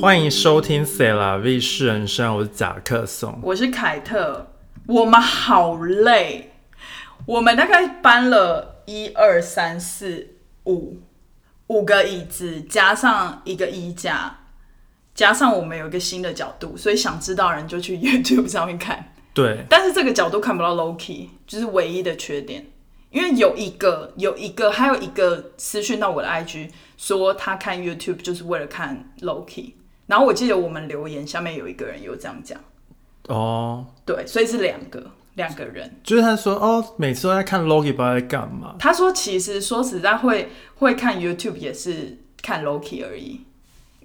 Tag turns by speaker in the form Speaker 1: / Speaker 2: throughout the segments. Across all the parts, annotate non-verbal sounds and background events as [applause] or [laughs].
Speaker 1: 欢迎收听《塞拉 V 是人生》，我是甲克松。
Speaker 2: 我是凯特，我们好累，我们大概搬了一二三四五五个椅子，加上一个衣架，加上我们有一个新的角度，所以想知道的人就去 [laughs] YouTube 上面看。
Speaker 1: 对，
Speaker 2: 但是这个角度看不到 Loki，就是唯一的缺点。因为有一个有一个还有一个私讯到我的 IG 说他看 YouTube 就是为了看 Loki，然后我记得我们留言下面有一个人有这样讲。
Speaker 1: 哦，
Speaker 2: 对，所以是两个两个人。
Speaker 1: 就是他说哦，每次都在看 Logi，不知道在干嘛。
Speaker 2: 他说，其实说实在会会看 YouTube 也是看 Loki 而已，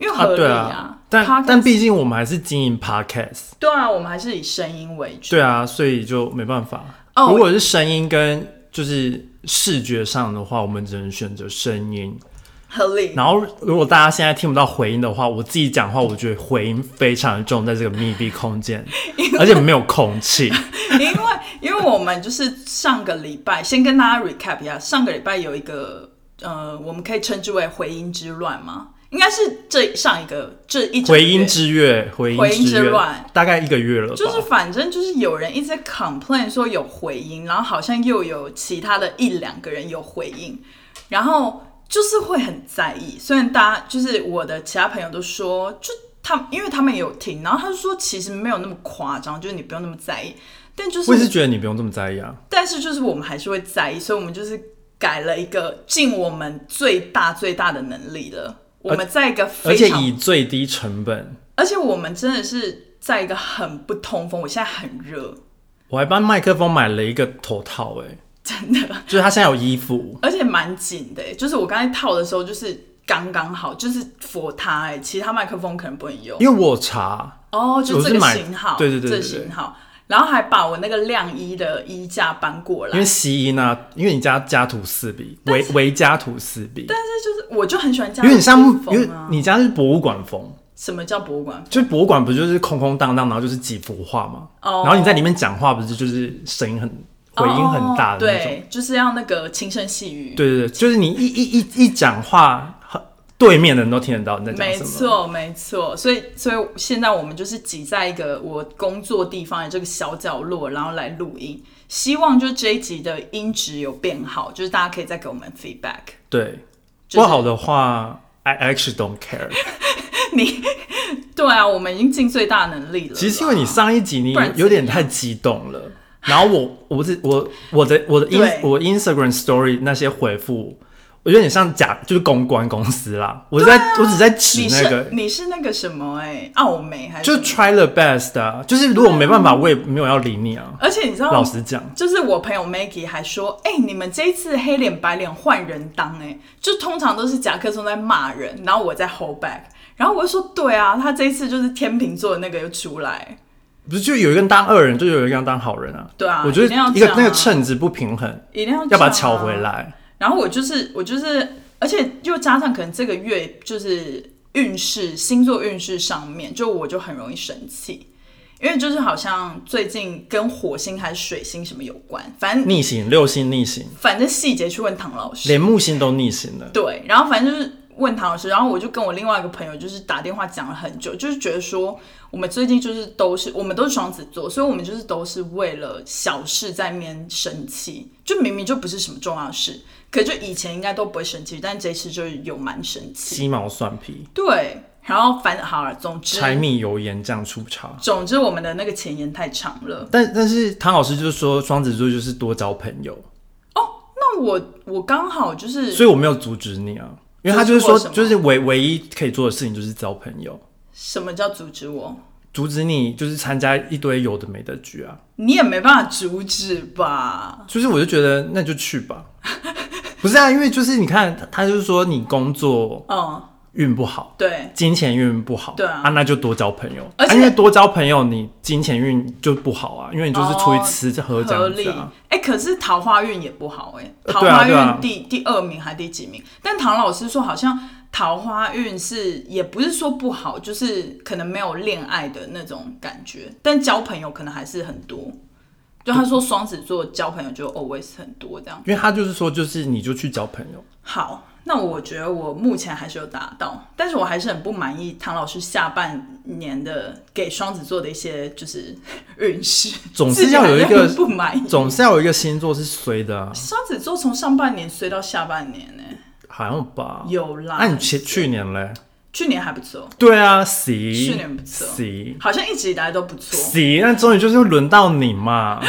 Speaker 2: 因为合理
Speaker 1: 对啊，但
Speaker 2: Podcast-
Speaker 1: 但毕竟我们还是经营 Podcast，
Speaker 2: 对啊，我们还是以声音为主。
Speaker 1: 对啊，所以就没办法。
Speaker 2: 哦
Speaker 1: 如果是声音跟就是视觉上的话，我们只能选择声音。
Speaker 2: 合理。
Speaker 1: 然后如果大家现在听不到回音的话，我自己讲话，我觉得回音非常重，在这个密闭空
Speaker 2: [laughs]
Speaker 1: 间，而且没有空气。
Speaker 2: 因为因为我们就是上个礼拜，先跟大家 recap 一下，上个礼拜有一个呃，我们可以称之为回音之乱吗？应该是这上一个这一整
Speaker 1: 回音
Speaker 2: 月
Speaker 1: 之月，回
Speaker 2: 回
Speaker 1: 音
Speaker 2: 音
Speaker 1: 之
Speaker 2: 之
Speaker 1: 月
Speaker 2: 乱，
Speaker 1: 大概一个月了吧。
Speaker 2: 就是反正就是有人一直在 complain 说有回音，然后好像又有其他的一两个人有回应，然后就是会很在意。虽然大家就是我的其他朋友都说，就他因为他们有听，然后他就说其实没有那么夸张，就是你不用那么在意。但就是
Speaker 1: 我也是觉得你不用这么在意啊。
Speaker 2: 但是就是我们还是会在意，所以我们就是改了一个尽我们最大最大的能力了。我们在一个
Speaker 1: 而
Speaker 2: 非
Speaker 1: 且
Speaker 2: 常
Speaker 1: 以最低成本，
Speaker 2: 而且我们真的是在一个很不通风，我现在很热。
Speaker 1: 我还帮麦克风买了一个头套、欸，
Speaker 2: 真的，
Speaker 1: 就是它现在有衣服，
Speaker 2: 而且蛮紧的欸，就是我刚才套的时候就是刚刚好，就是佛它哎，其他麦克风可能不能用
Speaker 1: 因为我有查，
Speaker 2: 哦，就
Speaker 1: 我
Speaker 2: 这
Speaker 1: 是
Speaker 2: 个
Speaker 1: 买
Speaker 2: 型号，
Speaker 1: 对对对对
Speaker 2: 这
Speaker 1: 对
Speaker 2: 型号，然后还把我那个晾衣的衣架搬过
Speaker 1: 因
Speaker 2: 来
Speaker 1: 为，吸音啊，因为你家家徒四壁，唯唯家徒四壁，
Speaker 2: 但是就是我就很喜欢这
Speaker 1: 有
Speaker 2: 样
Speaker 1: 点
Speaker 2: 的
Speaker 1: 像，
Speaker 2: 风
Speaker 1: 因为
Speaker 2: 啊。
Speaker 1: 你家是博物馆风，
Speaker 2: 什么叫博物馆？
Speaker 1: 就是博物馆不就是空空荡荡，然后就是几幅画嘛，
Speaker 2: 哦
Speaker 1: 然后你在里面讲话，不是就是声音很回音很大的
Speaker 2: 哦
Speaker 1: 那种，
Speaker 2: 对，就是要那个轻声细语，
Speaker 1: 对对对，就是你一一一一讲话，很对面的人都听得到你在讲
Speaker 2: 没
Speaker 1: 什么。
Speaker 2: 错，没错。所以，所以现在我们就是挤在一个我工作地方的这个小角落，然后来录音。希望就是这一集的音质有变好，就是大家可以再给我们 feedback。 [laughs]
Speaker 1: 对，
Speaker 2: 就是
Speaker 1: 不好的话，I actually don't care。
Speaker 2: 你对啊，我们已经尽最大能力了啦。
Speaker 1: 其实因为你上一集你
Speaker 2: 不然怎
Speaker 1: 有点
Speaker 2: 样
Speaker 1: 太激动了，然后我我是我我的我的 ins
Speaker 2: 对
Speaker 1: 我 Instagram story 那些回复，我有点像假就是公关公司啦，我在、我只在指
Speaker 2: 你
Speaker 1: 那
Speaker 2: 是
Speaker 1: 个。
Speaker 2: 啊你是那个什么哎、澳美还是
Speaker 1: 就
Speaker 2: 什么？
Speaker 1: try the best 啊，就是如果没办法，我也没有要理你啊。
Speaker 2: 而且你知道
Speaker 1: 老实讲，
Speaker 2: 就是我朋友 Maggie 还说，哎、你们这一次黑脸白脸换人当、哎，就通常都是夹克松在骂人，然后我在 hold back，然后我就说，对啊，他这一次就是天秤座的那个又出来，
Speaker 1: 不是就有一个人当恶人，就有一个人当好人啊。
Speaker 2: 对啊
Speaker 1: 我觉得
Speaker 2: 一定要
Speaker 1: 一个
Speaker 2: 这样啊
Speaker 1: 那个称值不平衡，
Speaker 2: 一定要、啊
Speaker 1: 要把它抢回。来。
Speaker 2: 然后我就是我就是，而且又加上可能这个月就是运势星座运势上面，就我就很容易生气。因为就是好像最近跟火星还是水星什么有关，反正
Speaker 1: 逆行，六星逆行，
Speaker 2: 反正细节去问唐老师。
Speaker 1: 连木星都逆行了。
Speaker 2: 对，然后反正就是问唐老师，然后我就跟我另外一个朋友就是打电话讲了很久，就是觉得说我们最近就是都是我们都是双子座，所以我们就是都是为了小事在面生气，就明明就不是什么重要的事，可就以前应该都不会生气，但这次就是有蛮生气。
Speaker 1: 鸡毛蒜
Speaker 2: 嗯
Speaker 1: 皮，
Speaker 2: 对，然后反正好了，总之
Speaker 1: 柴米油盐酱醋茶。
Speaker 2: 总之我们的那个前言太长了。
Speaker 1: 但但是唐老师就是说双子座就是多交朋友，
Speaker 2: 那我我刚好就是
Speaker 1: 所以我没有阻止你啊，因为他就是说
Speaker 2: 阻止我什么
Speaker 1: 就是唯唯一可以做的事情就是交朋友，
Speaker 2: 什么叫阻止我？
Speaker 1: 阻止你就是参加一堆有的没的局啊，
Speaker 2: 你也没办法阻止吧？
Speaker 1: 就是我就觉得那就去
Speaker 2: [laughs]
Speaker 1: 吧，不是啊，因为就是你看他他就是说你工作
Speaker 2: 嗯，
Speaker 1: 运不好，
Speaker 2: 对。
Speaker 1: 金钱运不好，
Speaker 2: 对啊
Speaker 1: 那就多交朋友，
Speaker 2: 而且
Speaker 1: 啊因为多交朋友你金钱运就不好啊，因为你就是出去吃喝这
Speaker 2: 合
Speaker 1: 样子
Speaker 2: 理
Speaker 1: 啊。。
Speaker 2: 哎、可是桃花运也不好哎、
Speaker 1: 呃
Speaker 2: 桃
Speaker 1: 对啊
Speaker 2: 花
Speaker 1: 对啊
Speaker 2: 运第、第二名还第几名？但唐老师说好像桃花运是也不是说不好，就是可能没有恋爱的那种感觉，但交朋友可能还是很多。就他说双子座交朋友就 always 很多这样。
Speaker 1: 因为他就是说，就是你就去交朋友，
Speaker 2: 好，那我觉得我目前还是有达到，但是我还是很不满意唐老师下半年的给双子座的一些就是 [laughs] 运势，
Speaker 1: 总
Speaker 2: 自
Speaker 1: 是
Speaker 2: 己
Speaker 1: 要有一个
Speaker 2: 还是很不满意。
Speaker 1: 总是要有一个星座是衰的、啊，
Speaker 2: 双子座从上半年衰到下半年呢、
Speaker 1: 好像吧？
Speaker 2: 有啦。
Speaker 1: 哦那、你去去年嘞？
Speaker 2: 去年还不错，
Speaker 1: 对啊，喜
Speaker 2: 去年不错
Speaker 1: 喜
Speaker 2: 好像一直以来都不错。
Speaker 1: 喜，那终于 [laughs] 就是轮到你
Speaker 2: [laughs]
Speaker 1: 嘛，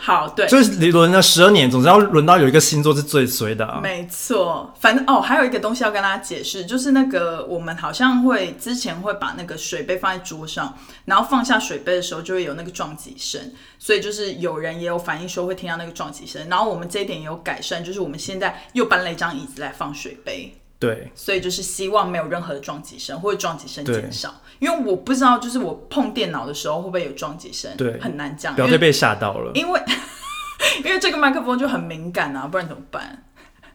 Speaker 2: 好，对，
Speaker 1: 就是你轮了十二年，总是要轮到有一个星座是最衰的、啊。
Speaker 2: 没错，反正哦，还有一个东西要跟大家解释，就是那个我们好像会之前会把那个水杯放在桌上，然后放下水杯的时候就会有那个撞击声，所以就是有人也有反映说会听到那个撞击声，然后我们这一点也有改善，就是我们现在又搬了一张椅子来放水杯，
Speaker 1: 对，
Speaker 2: 所以就是希望没有任何的撞击声或者撞击声减少，因为我不知道就是我碰电脑的时候会不会有撞击声，
Speaker 1: 对
Speaker 2: 很难讲，
Speaker 1: 不要
Speaker 2: 因
Speaker 1: 再
Speaker 2: 为
Speaker 1: 被吓到了，
Speaker 2: 因为 [laughs] 因为这个麦克风就很敏感啊，不然怎么办？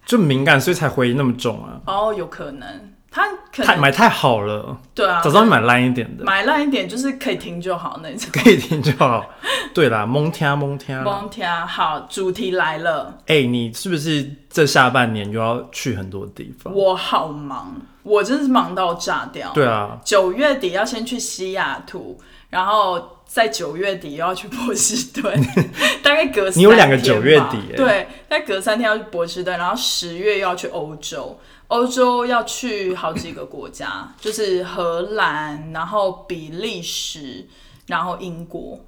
Speaker 1: 就敏感，所以才回音那么重啊。
Speaker 2: 哦，有可能，他可
Speaker 1: 太
Speaker 2: 能
Speaker 1: 买太好了，
Speaker 2: 对啊，
Speaker 1: 早知道你买烂一点的，
Speaker 2: 买烂一点就是可以停就好那种。
Speaker 1: 可以听就
Speaker 2: [laughs]
Speaker 1: 好。对啦，蒙听蒙听。
Speaker 2: 蒙天啊好，主题来了，
Speaker 1: 哎、你是不是这下半年又要去很多地方？
Speaker 2: 我好忙，我真是忙到炸掉。
Speaker 1: 对啊，
Speaker 2: 九月底要先去西雅图，然后在九月底又要去波士顿，
Speaker 1: [laughs]
Speaker 2: 大概隔
Speaker 1: 你有
Speaker 2: 三
Speaker 1: 两个
Speaker 2: 天
Speaker 1: 九月
Speaker 2: 吧
Speaker 1: 底耶
Speaker 2: 对，大概隔三天要去波士顿，然后十月又要去欧洲，欧洲要去好几个国家， [laughs] 就是荷兰，然后比利时，然后英国，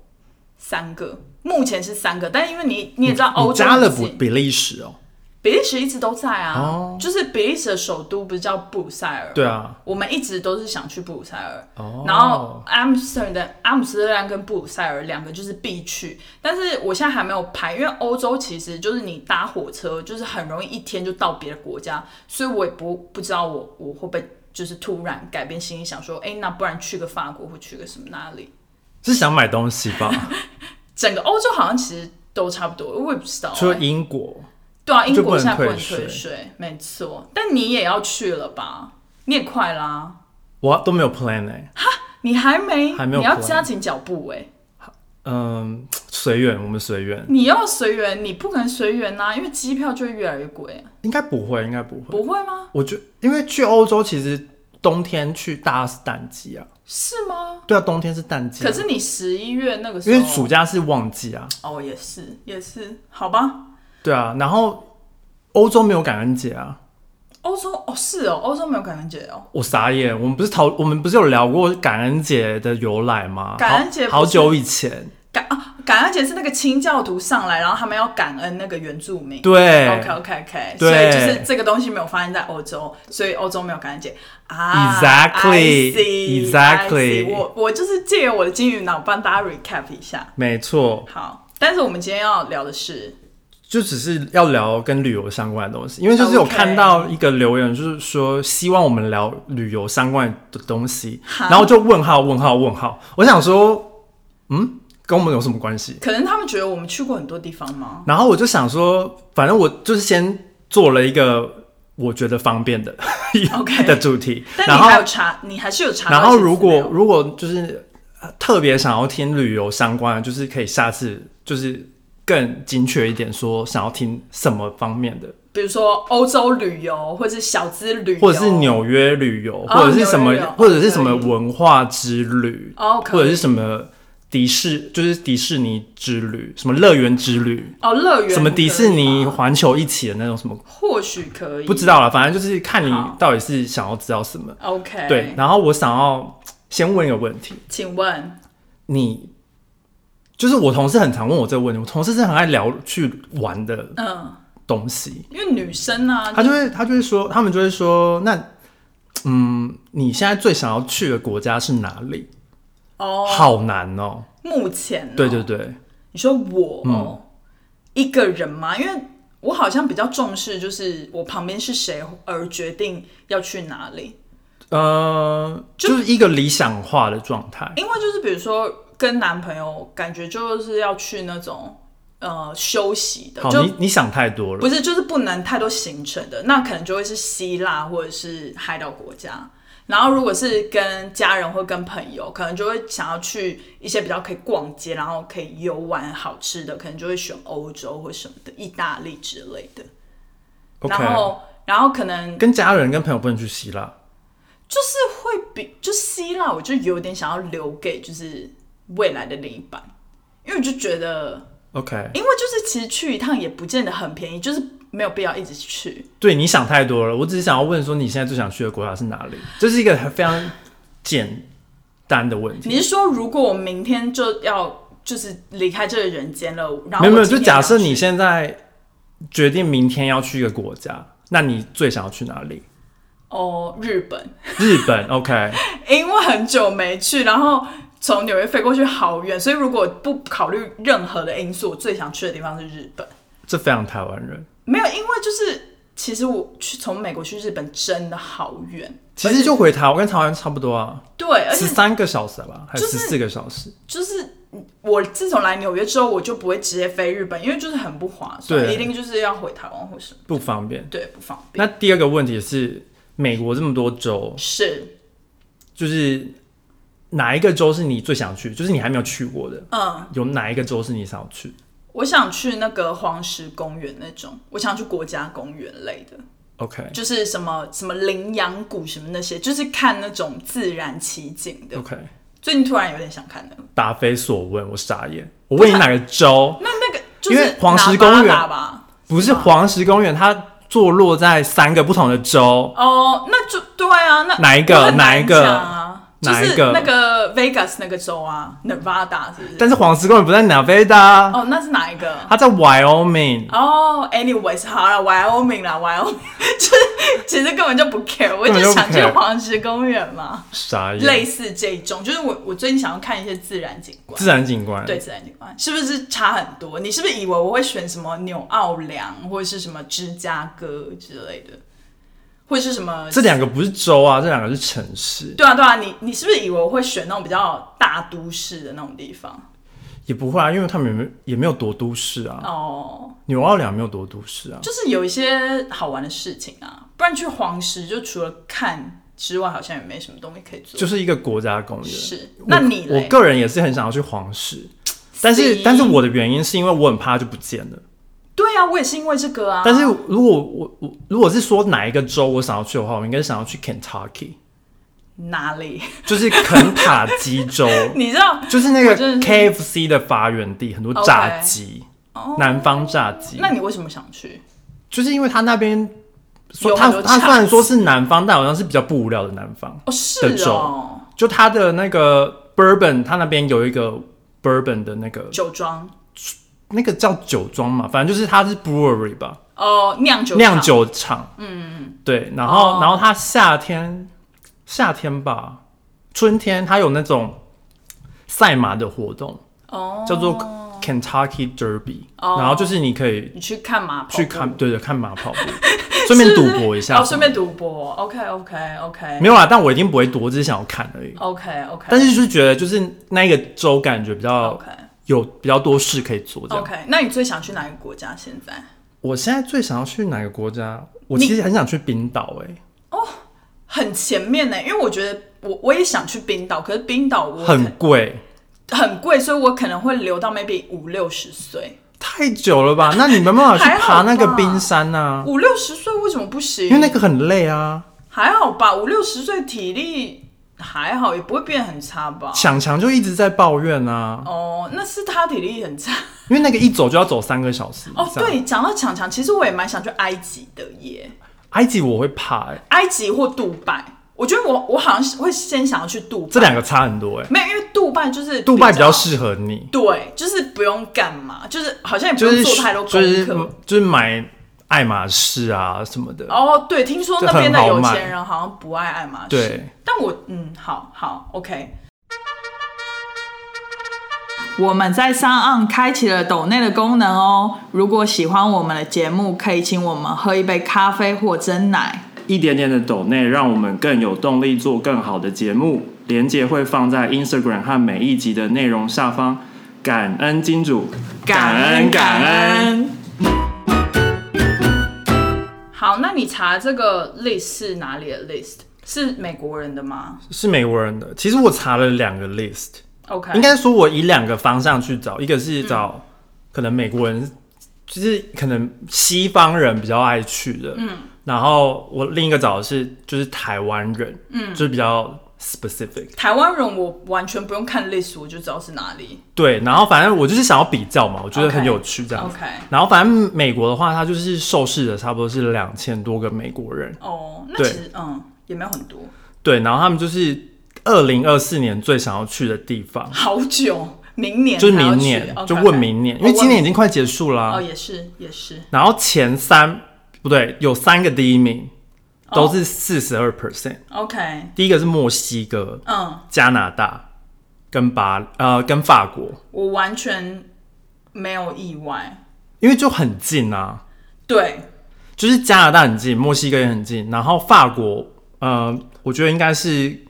Speaker 2: 三个，目前是三个，但因为你你也知道欧
Speaker 1: 你
Speaker 2: 洲
Speaker 1: 加了
Speaker 2: 自己
Speaker 1: 比比利时哦、
Speaker 2: 比利时一直都在啊，
Speaker 1: 哦
Speaker 2: 就是比利时的首都不是叫布鲁塞尔吗？
Speaker 1: 对啊，
Speaker 2: 我们一直都是想去布鲁塞尔，
Speaker 1: 哦
Speaker 2: 然后阿姆斯特丹、阿姆斯特丹跟布鲁塞尔两个就是必去，但是我现在还没有排，因为欧洲其实就是你搭火车，就是很容易一天就到别的国家，所以我也不不知道我我会不会就是突然改变心意，想说，哎，那不然去个法国或去个什么哪里？
Speaker 1: 是想买东西吧？
Speaker 2: 整个欧洲好像其实都差不多，我也不知道、
Speaker 1: 除了
Speaker 2: 哎
Speaker 1: 英国，
Speaker 2: 对啊，英
Speaker 1: 就不
Speaker 2: 国现
Speaker 1: 能
Speaker 2: 在不能
Speaker 1: 退
Speaker 2: 退
Speaker 1: 税
Speaker 2: 税，没错，但你也要去了吧？你也快啦、
Speaker 1: 我都没有 plan 哎、
Speaker 2: 你还没，
Speaker 1: 还没有
Speaker 2: 你要
Speaker 1: plan
Speaker 2: 加紧脚步哎、
Speaker 1: 嗯，随缘，我们随缘，
Speaker 2: 你要随缘，你不可能随缘呐，因为机票就会越来越贵，
Speaker 1: 应该不会，应该不会。
Speaker 2: 不会吗？
Speaker 1: 我觉因为去欧洲其实冬天去大家是淡季啊，
Speaker 2: 是吗？
Speaker 1: 对啊，冬天是淡季啊、
Speaker 2: 可是你十一月那个时
Speaker 1: 因
Speaker 2: 候，
Speaker 1: 为暑假是旺季啊，
Speaker 2: 哦，也是也是，好吧。
Speaker 1: 对啊，然后欧洲没有感恩节啊，
Speaker 2: 欧洲哦是哦，欧洲没有感恩节哦，
Speaker 1: 我傻眼，我们不是讨我们不是有聊过感恩节的由来吗？
Speaker 2: 感恩节
Speaker 1: 好好
Speaker 2: 不是
Speaker 1: 久以前，
Speaker 2: 感啊感恩节是那个清教徒上来，然后他们要感恩那个原住民。
Speaker 1: 对
Speaker 2: OK OK OK，所
Speaker 1: 对
Speaker 2: 以就是这个东西没有发生在欧洲，所以欧洲没有感恩节啊。
Speaker 1: Exactly，
Speaker 2: I see，I
Speaker 1: exactly
Speaker 2: see，我我就是借由我的金鱼脑帮大家 recap 一下。
Speaker 1: 没错，
Speaker 2: 好，但是我们今天要聊的是，
Speaker 1: 就只是要聊跟旅游相关的东西，因为就是有
Speaker 2: 哦 OK
Speaker 1: 看到一个留言，就是说希望我们聊旅游相关的东西，
Speaker 2: 哈
Speaker 1: 然后就问号问号问号，我想说，嗯，跟我们有什么关系？
Speaker 2: 可能他们觉得我们去过很多地方吗？
Speaker 1: 然后我就想说，反正我就是先做了一个我觉得方便的
Speaker 2: OK
Speaker 1: [laughs] 的主题，
Speaker 2: 但
Speaker 1: 然
Speaker 2: 你
Speaker 1: 后
Speaker 2: 还有查，你还是有查到
Speaker 1: 然
Speaker 2: 一些资
Speaker 1: 后
Speaker 2: 料。
Speaker 1: 如果如果就是呃特别想要听旅游相关的，就是可以下次就是更精确一点，说想要听什么方面的，
Speaker 2: 比如说欧洲旅游，或是小资旅游，
Speaker 1: 或者是纽约旅游，
Speaker 2: 哦
Speaker 1: 或者是什么
Speaker 2: 纽约旅游，
Speaker 1: 或者是什么
Speaker 2: 可以
Speaker 1: 文化之旅，
Speaker 2: 哦，可以
Speaker 1: 或者是什么迪士，就是迪士尼之旅，什么乐园之旅，
Speaker 2: 哦乐园，
Speaker 1: 什么迪士尼
Speaker 2: 可以吗
Speaker 1: 环球一起的那种什么，
Speaker 2: 或许可以，
Speaker 1: 不知道了，反正就是看你
Speaker 2: 好哎
Speaker 1: 到底是想要知道什么。
Speaker 2: OK，
Speaker 1: 对，，然后我想要先问一个问题，
Speaker 2: 请问
Speaker 1: 你就是我同事很常问我这个问题，我同事是很爱聊去玩的
Speaker 2: 嗯，
Speaker 1: 东西，
Speaker 2: 因为女生啊呢、
Speaker 1: 他就会他就会说，他们就会说，那嗯，你现在最想要去的国家是哪里？
Speaker 2: 哦，
Speaker 1: 好难哦，
Speaker 2: 目前、啊
Speaker 1: 对嗯对，对，
Speaker 2: 你说我、一个人吗？因为我好像比较重视，就是我旁边是谁而决定要去哪里。
Speaker 1: 呃，就是一个理想化的状态，
Speaker 2: 因为就是比如说跟男朋友，感觉就是要去那种呃休息的，
Speaker 1: 好，
Speaker 2: 就
Speaker 1: 你你想太多了
Speaker 2: 不，是就是不能太多行程的，那可能就会是希腊或者是海岛国家。然后如果是跟家人或跟朋友，可能就会想要去一些比较可以逛街，然后可以游玩好吃的，可能就会选欧洲或什么的，意大利之类的。
Speaker 1: ，OK，
Speaker 2: 然后然后可能
Speaker 1: 跟家人、跟朋友不能去希腊。
Speaker 2: 就是会比就希腊，我就有点想要留给就是未来的另一半，因为我就觉得，
Speaker 1: OK，
Speaker 2: 因为就是其实去一趟也不见得很便宜，就是没有必要一直去。
Speaker 1: 对，你想太多了。我只是想要问说，你现在最想去的国家是哪里？这是一个非常简单的问
Speaker 2: 你
Speaker 1: 题。
Speaker 2: 是说如果我明天就要就是离开这个人间了，然后
Speaker 1: 没有没有，
Speaker 2: 我今
Speaker 1: 就
Speaker 2: 天
Speaker 1: 假设
Speaker 2: 要去
Speaker 1: 你现在决定明天要去一个国家，那你最想要去哪里？
Speaker 2: 哦日本，
Speaker 1: 日本，OK，
Speaker 2: 因为很久没去，然后从纽约飞过去好远，所以如果不考虑任何的因素，我最想去的地方是日本。
Speaker 1: 这非常台湾人。
Speaker 2: 没有，因为就是其实我去从美国去日本真的好远，
Speaker 1: 其实就回台湾，跟台湾差不多啊，
Speaker 2: 对，而且
Speaker 1: 十三个小时吧，还是
Speaker 2: 就是
Speaker 1: 十四个小时？
Speaker 2: 就是我自从来纽约之后，我就不会直接飞日本，因为就是很不划算，
Speaker 1: 对
Speaker 2: 一定就是要回台湾或是
Speaker 1: 不方便。
Speaker 2: 对不方便。
Speaker 1: 那第二个问题是，美国这么多州，
Speaker 2: 是，
Speaker 1: 就是哪一个州是你最想去？就是你还没有去过的，
Speaker 2: 嗯，
Speaker 1: 有哪一个州是你想要去
Speaker 2: 我想去那个黄石公园那种，我想去国家公园类的，
Speaker 1: ？OK
Speaker 2: 就是什么什么羚羊谷什么那些，就是看那种自然奇景的。
Speaker 1: OK，
Speaker 2: 最近突然有点想看那个，
Speaker 1: 答非所问，我傻眼。我问你哪个州？
Speaker 2: 那那个就是
Speaker 1: 因为黄石
Speaker 2: 喇叭
Speaker 1: 公园
Speaker 2: 喇叭
Speaker 1: 不是黄石公园，它坐落在三个不同的州。
Speaker 2: 哦，那就对啊，那
Speaker 1: 哪一个
Speaker 2: 那很难
Speaker 1: 哪一个
Speaker 2: 讲啊？就
Speaker 1: 哪一
Speaker 2: 是
Speaker 1: 个
Speaker 2: 那个 Vegas 那个州啊，Nevada 是不是？
Speaker 1: 但是黄石公园不在 Nevada，
Speaker 2: 哦，那是哪一个？
Speaker 1: 它在 Wyoming。
Speaker 2: 哦、a n y w a y s 好了，Wyoming 啦，Wyoming，就是其实根本就不 care，我
Speaker 1: 根本就
Speaker 2: 就
Speaker 1: 不
Speaker 2: 想去
Speaker 1: care
Speaker 2: 黄石公园嘛，
Speaker 1: 傻
Speaker 2: 类
Speaker 1: 眼，
Speaker 2: 似这种，就是我我最近想要看一些自然景观，
Speaker 1: 自然景观。
Speaker 2: 对，自然景观是不是差很多？你是不是以为我会选什么纽奥良或者是什么芝加哥之类的，或者是什么？
Speaker 1: 这两个不是州啊，这两个是城市。
Speaker 2: 对啊对啊，你你是不是以为我会选那种比较大都市的那种地方？
Speaker 1: 也不会啊，因为他们也没也没有多都市啊，
Speaker 2: 哦、
Speaker 1: 纽奥良没有多都市啊。
Speaker 2: 就是有一些好玩的事情啊，不然去黄石就除了看之外，好像也没什么东西可以做。
Speaker 1: 就是一个国家公园。
Speaker 2: 是
Speaker 1: 我
Speaker 2: 那你
Speaker 1: 我
Speaker 2: 嘞
Speaker 1: 个人也是很想要去黄石，但是但是我的原因是因为我很怕它就不见了。
Speaker 2: 对啊，我也是因为这个啊。
Speaker 1: 但是如果我我如果是说哪一个州我想要去的话，我应该想要去 Kentucky，
Speaker 2: 哪里？ [laughs]
Speaker 1: 就是肯塔基州，
Speaker 2: 你知道？
Speaker 1: 就是那
Speaker 2: 我
Speaker 1: 个
Speaker 2: 真的是
Speaker 1: KFC 的发源地，很多炸鸡
Speaker 2: 哦
Speaker 1: 南方炸鸡，
Speaker 2: 那你为什么想去？
Speaker 1: 就是因为它那边。说
Speaker 2: 有
Speaker 1: 它
Speaker 2: 很多
Speaker 1: 它虽
Speaker 2: 炸
Speaker 1: 然
Speaker 2: 鸡
Speaker 1: 说是南方，但好像是比较不无聊的南方。
Speaker 2: 哦，
Speaker 1: 的
Speaker 2: 是
Speaker 1: 州
Speaker 2: 哦，
Speaker 1: 就它的那个 bourbon，它那边有一个 bourbon 的那个
Speaker 2: 酒庄
Speaker 1: 那个叫酒庄嘛，反正就是它是 brewery 吧，
Speaker 2: 哦，酿酒
Speaker 1: 酿
Speaker 2: 厂
Speaker 1: 酒厂。嗯，对。然后，
Speaker 2: 哦
Speaker 1: 然后它夏天，夏天吧，春天它有那种赛马的活动，
Speaker 2: 哦，
Speaker 1: 叫做 Kentucky Derby、
Speaker 2: 哦
Speaker 1: 然后就是你可以
Speaker 2: 你去看马跑步
Speaker 1: 去看，对对，看马跑步，顺便赌博一下。
Speaker 2: 哦，顺便赌博。OK OK OK
Speaker 1: 没有啊啦，但我一定不会赌，我只是想要看而已。
Speaker 2: OK OK，
Speaker 1: 但是就是觉得，就是那一个州感觉比较
Speaker 2: OK
Speaker 1: 有比较多事可以做这样。
Speaker 2: OK，那你最想去哪个国家？现在
Speaker 1: 我现在最想要去哪个国家？我
Speaker 2: 你
Speaker 1: 其实很想去冰岛、欸，
Speaker 2: 很前面呢，因为我觉得我我也想去冰岛，可是冰岛我可
Speaker 1: 很贵，
Speaker 2: 很贵，所以我可能会留到 maybe 五六十岁。
Speaker 1: 太久了
Speaker 2: [laughs]
Speaker 1: 吧？那你没办法去
Speaker 2: 还好
Speaker 1: 爬那个
Speaker 2: 吧
Speaker 1: 冰山呐、啊，
Speaker 2: 五六十岁为什么不行？
Speaker 1: 因为那个很累啊。
Speaker 2: 还好吧，五六十岁体力还好，也不会变很差吧。
Speaker 1: 强强就一直在抱怨啊，
Speaker 2: 哦，那是他体力很差。
Speaker 1: 因为那个一走就要走三个小时。
Speaker 2: 哦，，对，讲到强强，其实我也蛮想去埃及的耶，
Speaker 1: 埃及我会怕、欸，
Speaker 2: 埃及或杜拜。我觉得我我好像是会先想要去杜拜，
Speaker 1: 这两个差很多、欸，
Speaker 2: 没有，因为杜拜就是
Speaker 1: 杜拜比较适合你，
Speaker 2: 对，就是不用干嘛，就是好像也不
Speaker 1: 就是
Speaker 2: 用做太多功
Speaker 1: 就
Speaker 2: 课。
Speaker 1: 是就是买爱马仕啊什么的。
Speaker 2: 哦，对，听说
Speaker 1: 就
Speaker 2: 那边
Speaker 1: 很
Speaker 2: 的
Speaker 1: 好
Speaker 2: 有
Speaker 1: 买
Speaker 2: 钱人好像不爱爱马仕。
Speaker 1: 对，
Speaker 2: 但我嗯，好好，OK。我们在上岸开启了抖内的功能哦。如果喜欢我们的节目，可以请我们喝一杯咖啡或蒸奶。
Speaker 3: 一点点的抖内，让我们更有动力做更好的节目。连接会放在 Instagram 和每一集的内容下方。感恩金主，
Speaker 2: 好，那你查这个 list 是哪里的 list？是美国人的吗
Speaker 1: 是美国人的。其实我查了两个 list，
Speaker 2: ？OK，
Speaker 1: 应该说，我以两个方向去找，一个是找可能美国人，就是可能西方人比较爱去的，嗯，然后我另一个找的是就是台湾人，嗯，就是比较 specific。
Speaker 2: 台湾人我完全不用看 list，我就知道是哪里。
Speaker 1: 对，然后反正我就是想要比较嘛，我觉得很有趣这样子。
Speaker 2: OK，
Speaker 1: 然后反正美国的话，它就是受试的差不多是两千多个美国人，
Speaker 2: 哦，那
Speaker 1: 对
Speaker 2: 其实嗯也没有很多，
Speaker 1: 对，然后他们就是二零二四年最想要去的地方，
Speaker 2: 好久， [laughs] 明年
Speaker 1: 就是
Speaker 2: 哎才要
Speaker 1: 明
Speaker 2: 去
Speaker 1: 年，
Speaker 2: OK，
Speaker 1: 就问明年，
Speaker 2: 哦
Speaker 1: 因为今年已
Speaker 2: 问
Speaker 1: 经快结束啦、
Speaker 2: 哦也是也是
Speaker 1: 然后前三不对，有三个第一名都
Speaker 2: 哦
Speaker 1: 是四十二 percent，
Speaker 2: OK，
Speaker 1: 第一个是墨西哥、
Speaker 2: 嗯，
Speaker 1: 加拿大跟巴呃跟法国，
Speaker 2: 我完全没有意外，
Speaker 1: 因为就很近啊，
Speaker 2: 对，
Speaker 1: 就是加拿大很近，墨西哥也很近，然后法国呃，我觉得应该是因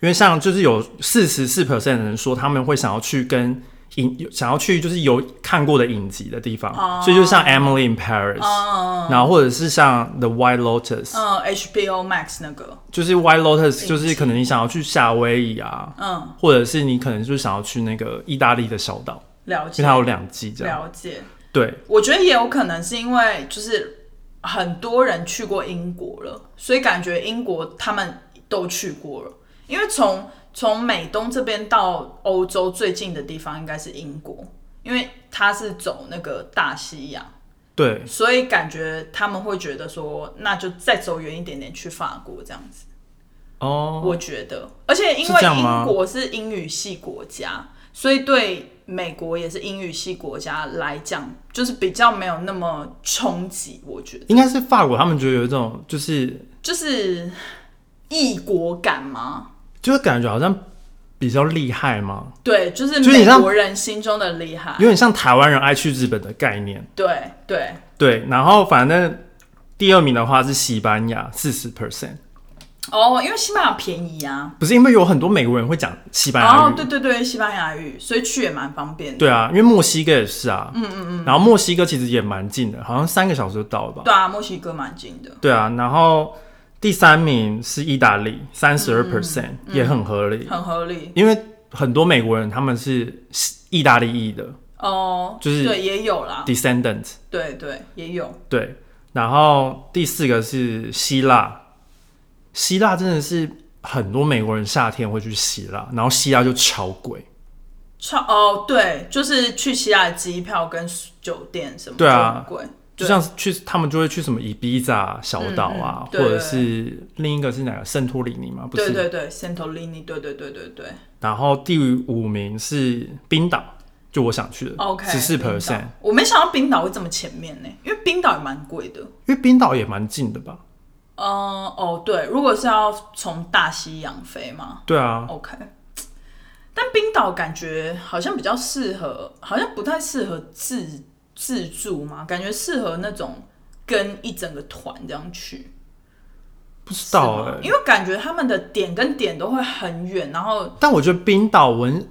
Speaker 1: 为像就是有四十四 percent 的人说他们会想要去跟。影想要去就是有看过的影集的地方
Speaker 2: 哦
Speaker 1: 所以就像《Emily in Paris、
Speaker 2: 嗯
Speaker 1: 然后或者是像《The White Lotus》
Speaker 2: 嗯 HBO Max 那个，
Speaker 1: 就是 White Lotus，
Speaker 2: 集
Speaker 1: 就是可能你想要去夏威夷啊，
Speaker 2: 嗯，
Speaker 1: 或者是你可能就想要去那个意大利的小岛，
Speaker 2: 了
Speaker 1: 因
Speaker 2: 解
Speaker 1: 为它有两季这样。
Speaker 2: 了解，
Speaker 1: 对，
Speaker 2: 我觉得也有可能是因为就是很多人去过英国了，所以感觉英国他们都去过了，因为从从美东这边到欧洲最近的地方应该是英国，因为它是走那个大西洋，
Speaker 1: 对，
Speaker 2: 所以感觉他们会觉得说，那就再走远一点点去法国这样子。
Speaker 1: 哦，
Speaker 2: 我觉得，而且因
Speaker 1: 是
Speaker 2: 为
Speaker 1: 这样吗
Speaker 2: 英国是英语系国家，所以对美国也是英语系国家来讲，就是比较没有那么冲击。我觉得
Speaker 1: 应该是法国，他们觉得有一种就是
Speaker 2: 就是异国感吗？
Speaker 1: 就是感觉好像比较厉害嘛，
Speaker 2: 对，就是
Speaker 1: 就是你
Speaker 2: 美
Speaker 1: 像
Speaker 2: 国人心中的厉害
Speaker 1: 有。点像台湾人爱去日本的概念。
Speaker 2: 对对，
Speaker 1: 对，然后反正第二名的话是西班牙，四十 percent，
Speaker 2: 哦，因为西班牙便宜啊。
Speaker 1: 不是因为有很多美国人会讲西班牙
Speaker 2: 哦
Speaker 1: 语，，
Speaker 2: 对对对，西班牙语，所以去也蛮方便的。
Speaker 1: 对啊，因为墨西哥也是啊，嗯嗯嗯，然后墨西哥其实也蛮近的，好像三个小时就到了吧。
Speaker 2: 对啊，墨西哥蛮近的。
Speaker 1: 对啊，然后第三名是意大利，三十二 percent 也很合理，
Speaker 2: 很合理
Speaker 1: 因为很多美国人他们是意大利裔的
Speaker 2: 哦，
Speaker 1: 就是
Speaker 2: 对也有啦，
Speaker 1: descendant，
Speaker 2: 对对也有，
Speaker 1: 对。然后第四个是希腊，希腊真的是很多美国人夏天会去希腊，然后希腊就超贵，
Speaker 2: 超哦对，就是去希腊的机票跟酒店什么
Speaker 1: 对啊
Speaker 2: 都很贵，
Speaker 1: 就像去他们就会去什么伊比萨小岛啊
Speaker 2: 嗯嗯，对
Speaker 1: 或者是另一个是哪个圣托里尼嘛，不是？呃
Speaker 2: 对对对，Santorini，对对对对对，
Speaker 1: 然后第五名是冰岛，就我想去的
Speaker 2: OK，
Speaker 1: 十四
Speaker 2: 冰岛
Speaker 1: percent，
Speaker 2: 我没想到冰岛会这么前面呢，因为冰岛也蛮贵的。
Speaker 1: 因为冰岛也蛮近的吧？
Speaker 2: 嗯哦对，如果是要从大西洋飞嘛
Speaker 1: 对啊，
Speaker 2: ，OK。但冰岛感觉好像比较适合，好像不太适合自自助嘛，感觉适合那种跟一整个团这样去。
Speaker 1: 不知
Speaker 2: 是
Speaker 1: 道
Speaker 2: 吗
Speaker 1: 哎、
Speaker 2: 因为感觉他们的点跟点都会很远，然后
Speaker 1: 但我觉得冰岛文，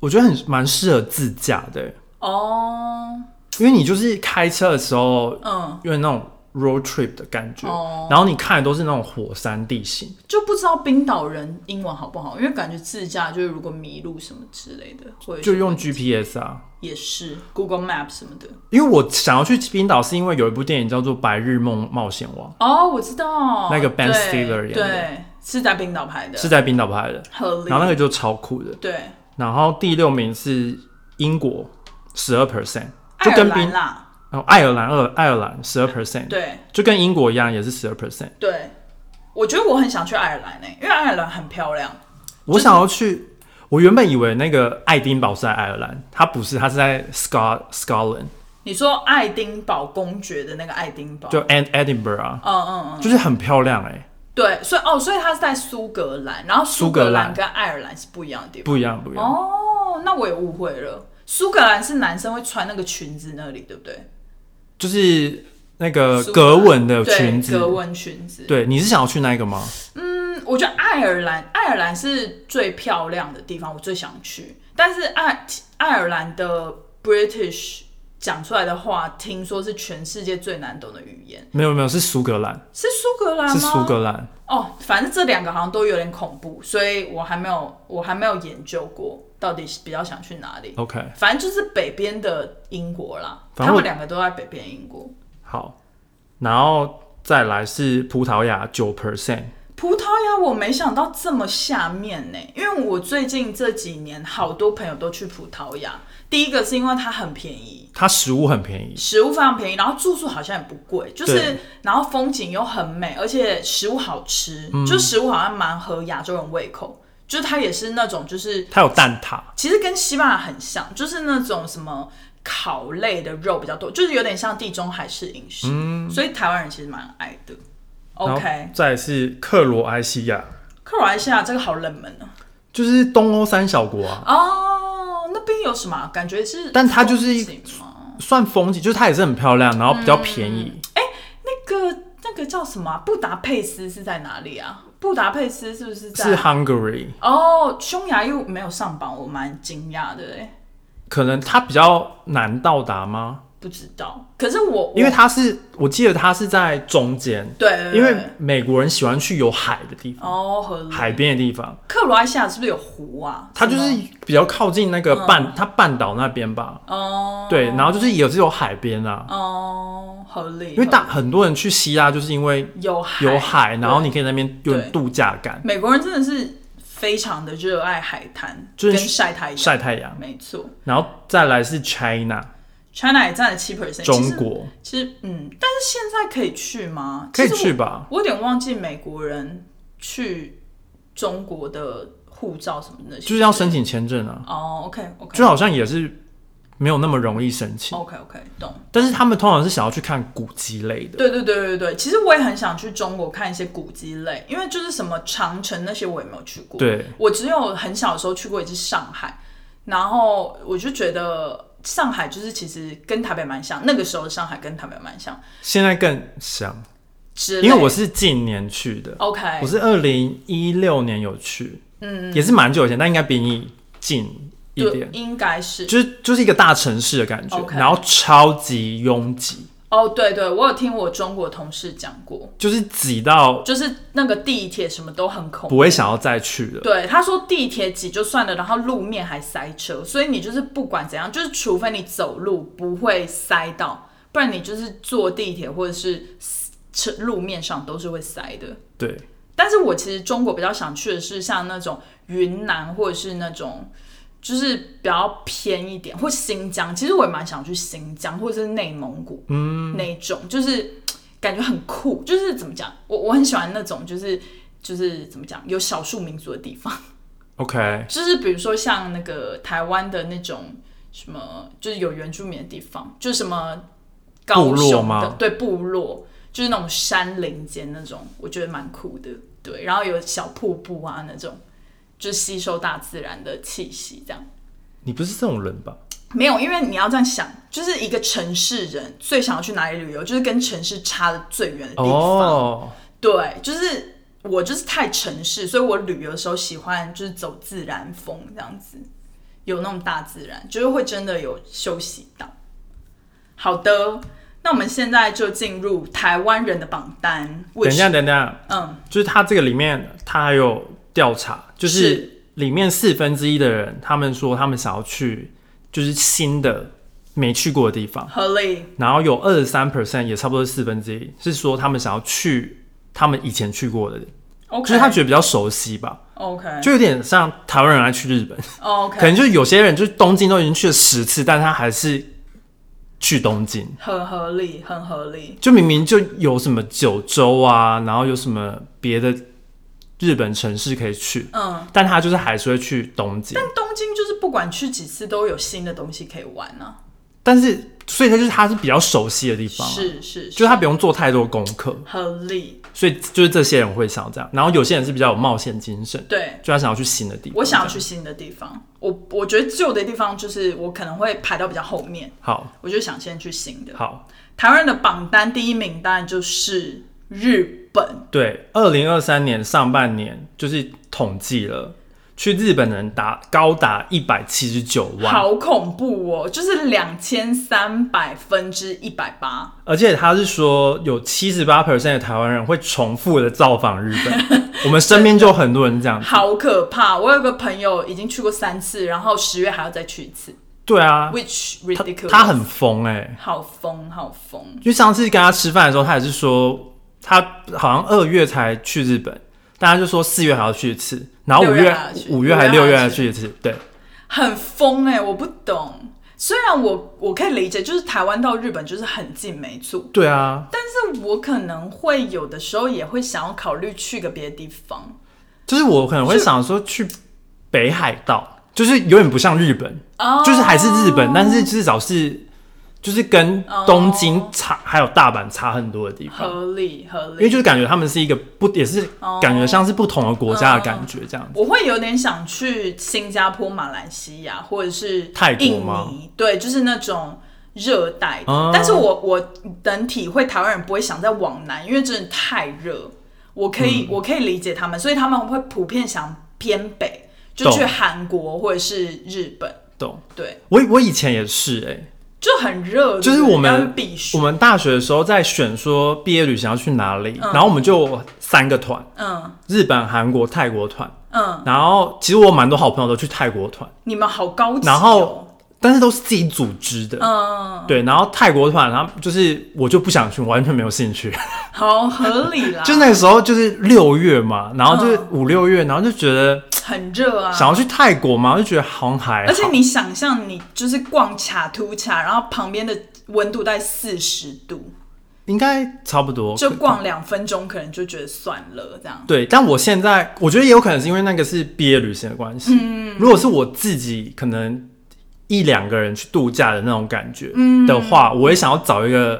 Speaker 1: 我觉得很蛮适合自驾的欸、
Speaker 2: 哦，
Speaker 1: 因为你就是开车的时候，
Speaker 2: 嗯，
Speaker 1: 因为那种 road trip 的感觉，
Speaker 2: 哦
Speaker 1: 然后你看的都是那种火山地形。
Speaker 2: 就不知道冰岛人英文好不好，因为感觉自驾就是如果迷路什么之类的，或者
Speaker 1: 就用
Speaker 2: 去
Speaker 1: GPS 啊，
Speaker 2: 也是 Google Map 什么的。
Speaker 1: 因为我想要去冰岛，是因为有一部电影叫做《白日梦冒险王
Speaker 2: 哦，我知道，
Speaker 1: 那个 Ben
Speaker 2: 对
Speaker 1: Stiller 演的
Speaker 2: 对，是在冰岛拍的，》，
Speaker 1: 是在冰岛拍的，
Speaker 2: 合理。
Speaker 1: 然后那个就超酷的。
Speaker 2: 对，
Speaker 1: 然后第六名是英国，十二 percent，就
Speaker 2: 爱尔
Speaker 1: 跟冰
Speaker 2: 兰啦，
Speaker 1: 哦爱尔兰二爱尔兰十二 percent，
Speaker 2: 对
Speaker 1: 就跟英国一样也是十二 percent。
Speaker 2: 对，我觉得我很想去爱尔兰呢、欸因为爱尔兰很漂亮。
Speaker 1: 我想要去，我原本以为那个爱丁堡是在爱尔兰，它不是，它是在 Scot Scotland，
Speaker 2: 你说爱丁堡公爵的那个爱丁堡，
Speaker 1: 就 Ed Edinburgh 啊，
Speaker 2: 嗯嗯嗯，
Speaker 1: 就是很漂亮哎、
Speaker 2: 对，所以哦，所以它是在苏格兰，然后苏
Speaker 1: 苏格
Speaker 2: 格兰
Speaker 1: 兰
Speaker 2: 跟爱尔兰是不一样的地方。
Speaker 1: 不一样不一样。
Speaker 2: 哦，那我也误会了。苏格兰是男生会穿那个裙子那里，对不对？
Speaker 1: 就是那个
Speaker 2: 苏
Speaker 1: 呃格
Speaker 2: 格兰
Speaker 1: 纹的裙子
Speaker 2: 对，格纹裙子。，
Speaker 1: 对，你是想要去那个吗？
Speaker 2: 嗯，我觉得爱尔兰，爱尔兰是最漂亮的地方，我最想去。但是爱爱尔兰的 British 讲出来的话，听说是全世界最难懂的语言，
Speaker 1: 没有没有，是苏格兰，
Speaker 2: 是苏格兰吗？
Speaker 1: 是苏格兰。
Speaker 2: 哦，反正这两个好像都有点恐怖，所以我还没有我还没有研究过到底是比较想去哪里。
Speaker 1: OK，
Speaker 2: 反正就是北边的英国啦，
Speaker 1: 哦反正
Speaker 2: 他
Speaker 1: 我
Speaker 2: 们两个都在北边英国。
Speaker 1: 好，然后再来是葡萄牙九 percent，
Speaker 2: 葡萄牙我没想到这么下面呢、因为我最近这几年好多朋友都去葡萄牙。第一个是因为它很便宜，
Speaker 1: 它食物很便宜，
Speaker 2: 食物非常便宜，然后住宿好像也不贵，就是
Speaker 1: 对
Speaker 2: 然后风景又很美，而且食物好吃，
Speaker 1: 嗯
Speaker 2: 就食物好像蛮合亚洲人胃口。就是它也是那种就是
Speaker 1: 它有蛋挞，
Speaker 2: 其实跟西班牙很像，就是那种什么烤类的肉比较多，就是有点像地中海式饮食，
Speaker 1: 嗯
Speaker 2: 所以台湾人其实蛮爱的。
Speaker 1: 然后
Speaker 2: OK，
Speaker 1: 再来是克罗埃西亚，
Speaker 2: 克罗埃西亚这个好冷门哦、
Speaker 1: 就是东欧三小国啊，
Speaker 2: 哦，那边有什么啊？感觉是，
Speaker 1: 但它就是一
Speaker 2: 那
Speaker 1: 算风景，就是它也是很漂亮，然后比较便
Speaker 2: 嗯
Speaker 1: 宜。
Speaker 2: 个那个叫什么啊、布达佩斯是在哪里啊？布达佩斯是不是在？
Speaker 1: 是 Hungary，
Speaker 2: 哦，匈牙又没有上榜，我蛮惊讶的哎，
Speaker 1: 可能它比较难到达吗？
Speaker 2: 不知道。可是我
Speaker 1: 因为
Speaker 2: 我
Speaker 1: 它是，我记得它是在中间，
Speaker 2: 对对对
Speaker 1: 因为美国人喜欢去有海的地方，
Speaker 2: 哦，合理
Speaker 1: 海边的地方，
Speaker 2: 克罗埃西亚是不是有湖啊？
Speaker 1: 它就是
Speaker 2: 什么
Speaker 1: 比较靠近那
Speaker 2: 嗯
Speaker 1: 个半，它半岛那边吧，
Speaker 2: 哦，
Speaker 1: 对，然后就是也是有海边啊，
Speaker 2: 哦，合理，
Speaker 1: 因为大
Speaker 2: 合
Speaker 1: 很多人去希腊就是因为
Speaker 2: 理有海
Speaker 1: 有海，然后
Speaker 2: 对
Speaker 1: 你可以在那边有点
Speaker 2: 对
Speaker 1: 度假感，
Speaker 2: 美国人真的是非常的热爱海滩，
Speaker 1: 就是
Speaker 2: 跟晒太阳，
Speaker 1: 晒太阳，
Speaker 2: 没错。
Speaker 1: 然后再来是 China
Speaker 2: China 也占了七 percent，
Speaker 1: 中国，
Speaker 2: 其实嗯，但是现在可以去吗？
Speaker 1: 可以
Speaker 2: 其实
Speaker 1: 去吧？
Speaker 2: 我，我有点忘记美国人去中国的护照什么那些，
Speaker 1: 就是要申请签证啊，
Speaker 2: 哦，OK OK，哦
Speaker 1: 就好像也是没有那么容易申请，
Speaker 2: OK OK，懂。
Speaker 1: 但是他们通常是想要去看古迹类的，
Speaker 2: 对对对对对，其实我也很想去中国看一些古迹类，因为就是什么长城那些我也没有去过。
Speaker 1: 对，
Speaker 2: 我只有很小的时候去过一次上海，然后我就觉得上海就是其实跟台北蛮像，那个时候的上海跟台北蛮像
Speaker 1: 现在更想，
Speaker 2: 之类。
Speaker 1: 因为我是近年去的，
Speaker 2: OK，
Speaker 1: 我是二零一六年有去，嗯，也是蛮久以前，但应该比你近一
Speaker 2: 对
Speaker 1: 点，
Speaker 2: 应该是
Speaker 1: 就是就是一个大城市的感觉
Speaker 2: OK
Speaker 1: 然后超级拥挤，
Speaker 2: 哦，对对，我有听我中国同事讲过，
Speaker 1: 就是挤到
Speaker 2: 就是那个地铁什么都很恐
Speaker 1: 不
Speaker 2: 怖。
Speaker 1: 会想要再去了。
Speaker 2: 对，他说地铁挤就算了，然后路面还塞车，所以你就是不管怎样，就是除非你走路不会塞到，不然你就是坐地铁或者是车路面上都是会塞的。
Speaker 1: 对，
Speaker 2: 但是我其实中国比较想去的是像那种云南或者是那种就是比较偏一点，或新疆。其实我也蛮想去新疆或者是内蒙古，嗯，那种就是感觉很酷，就是怎么讲，我我很喜欢那种就是就是怎么讲有少数民族的地方，
Speaker 1: OK，
Speaker 2: 就是比如说像那个台湾的那种什么，就是有原住民的地方，就是什么高
Speaker 1: 部落
Speaker 2: 雄的
Speaker 1: 吗
Speaker 2: 对部落，就是那种山林间那种，我觉得蛮酷的。对，然后有小瀑布啊那种，就是吸收大自然的气息这样。
Speaker 1: 你不是这种人吧？
Speaker 2: 没有，因为你要这样想，就是一个城市人最想要去哪里旅游，就是跟城市差的最远的地方。
Speaker 1: 哦，
Speaker 2: 对，就是我就是太城市，所以我旅游的时候喜欢就是走自然风这样子，有那种大自然，就是会真的有休息到。好的，那我们现在就进入台湾人的榜单。
Speaker 1: 等一下，，等一下，
Speaker 2: 嗯，
Speaker 1: 就是它这个里面，它还有调查，就是
Speaker 2: 是
Speaker 1: 里面四分之一的人，他们说他们想要去就是新的没去过的地方，
Speaker 2: 合理，
Speaker 1: 然后有二十三 percent 也差不多是四分之一，是说他们想要去他们以前去过的，就
Speaker 2: OK，
Speaker 1: 是他觉得比较熟悉吧，
Speaker 2: OK，
Speaker 1: 就有点像台湾人来去日本，可
Speaker 2: 哦 OK，
Speaker 1: 能就是有些人就是东京都已经去了十次，但他还是去东京。
Speaker 2: 很合理，很合理。
Speaker 1: 就明明就有什么九州啊，然后有什么别的日本城市可以去，
Speaker 2: 嗯，
Speaker 1: 但他就是还是会去东京。
Speaker 2: 但东京就是不管去几次都有新的东西可以玩啊呢、
Speaker 1: 但是，所以他就是他是比较熟悉的地方、啊，
Speaker 2: 是是，
Speaker 1: 就是
Speaker 2: 是
Speaker 1: 他不用做太多功课，
Speaker 2: 合理，
Speaker 1: 所以就是这些人会想这样。然后有些人是比较有冒险精神，
Speaker 2: 对。
Speaker 1: 就他想要去新的地方。
Speaker 2: 我想要
Speaker 1: 这样
Speaker 2: 去新的地方，我我觉得旧的地方就是我可能会排到比较后面，
Speaker 1: 好
Speaker 2: 我就想先去新的。
Speaker 1: 好
Speaker 2: 台湾人的榜单第一名当然就是日本，
Speaker 1: 对，二零二三年上半年就是统计了。去日本的人达高达一百七十九万，
Speaker 2: 好恐怖哦，就是两千三百分之一百八，
Speaker 1: 而且他是说有七十八 percent 的台湾人会重复的造访日
Speaker 2: [laughs]
Speaker 1: 本，我们身边就很多人这样。
Speaker 2: 好可怕！我有个朋友已经去过三次，然后十月还要再去一次
Speaker 1: 对啊，
Speaker 2: ，which
Speaker 1: 他欸
Speaker 2: ridiculous，
Speaker 1: 他很疯哎、
Speaker 2: 好疯好疯，
Speaker 1: 就上次跟他吃饭的时候，他也是说他好像二月才去日本，大家就说四月还要去一次，然后五
Speaker 2: 六月
Speaker 1: 月
Speaker 2: 还要去
Speaker 1: 五月还
Speaker 2: 五月还要
Speaker 1: 六月还去一次，对，
Speaker 2: 很疯哎、我不懂。虽然我我可以理解，就是台湾到日本就是很近，没错。
Speaker 1: 对啊，
Speaker 2: 但是我可能会有的时候也会想要考虑去个别的地方
Speaker 1: 就是我可能会想说去北海道，就是有点不像日本，
Speaker 2: 哦
Speaker 1: 就是还是日本，但是至少是就是跟东京差还有大阪差很多的地方，
Speaker 2: 合理合
Speaker 1: 因为
Speaker 2: 理。
Speaker 1: 就是感觉他们是一个不也是
Speaker 2: 哦
Speaker 1: 感觉像是不同的国家的感觉这样子，
Speaker 2: 我会有点想去新加坡、马来西亚或者是
Speaker 1: 泰国
Speaker 2: 印
Speaker 1: 吗
Speaker 2: 尼，对，就是那种热带的。
Speaker 1: 哦
Speaker 2: 但是我我能体会台湾人不会想再往南，因为真的太热。我可
Speaker 1: 嗯
Speaker 2: 以、我可以理解他们，所以他们会普遍想偏北，就去
Speaker 1: 懂
Speaker 2: 韩国或者是日本，
Speaker 1: 懂？
Speaker 2: 对，
Speaker 1: 我我以前也是哎、
Speaker 2: 就很热，
Speaker 1: 就是
Speaker 2: 对不对
Speaker 1: 我们
Speaker 2: 要去避暑
Speaker 1: 我们大学的时候在选说毕业旅行要去哪里，然后我们就有三个团，
Speaker 2: 嗯
Speaker 1: 日本、韩国、泰国团。
Speaker 2: 嗯，
Speaker 1: 然后其实我蛮多好朋友都去泰国团，
Speaker 2: 你们好高级、哦，
Speaker 1: 然后但是都是自己组织的。
Speaker 2: 嗯，
Speaker 1: 对，然后泰国团，然后就是我就不想去，完全没有兴趣。
Speaker 2: 啊好合理啦，
Speaker 1: 就那个时候就是六月嘛，然后就是
Speaker 2: 嗯
Speaker 1: 五六月，然后就觉得
Speaker 2: 很热啊，
Speaker 1: 想要去泰国嘛，就觉得好像还好。
Speaker 2: 而且你想象，你就是逛卡图卡，然后旁边的温度在四十度，
Speaker 1: 应该差不多
Speaker 2: 就逛两分钟，可能就觉得算了这样。
Speaker 1: 对，但我现在我觉得也有可能是因为那个是毕业旅行的关
Speaker 2: 嗯
Speaker 1: 系。如果是我自己可能一两个人去度假的那种感觉的话，我也想要找一个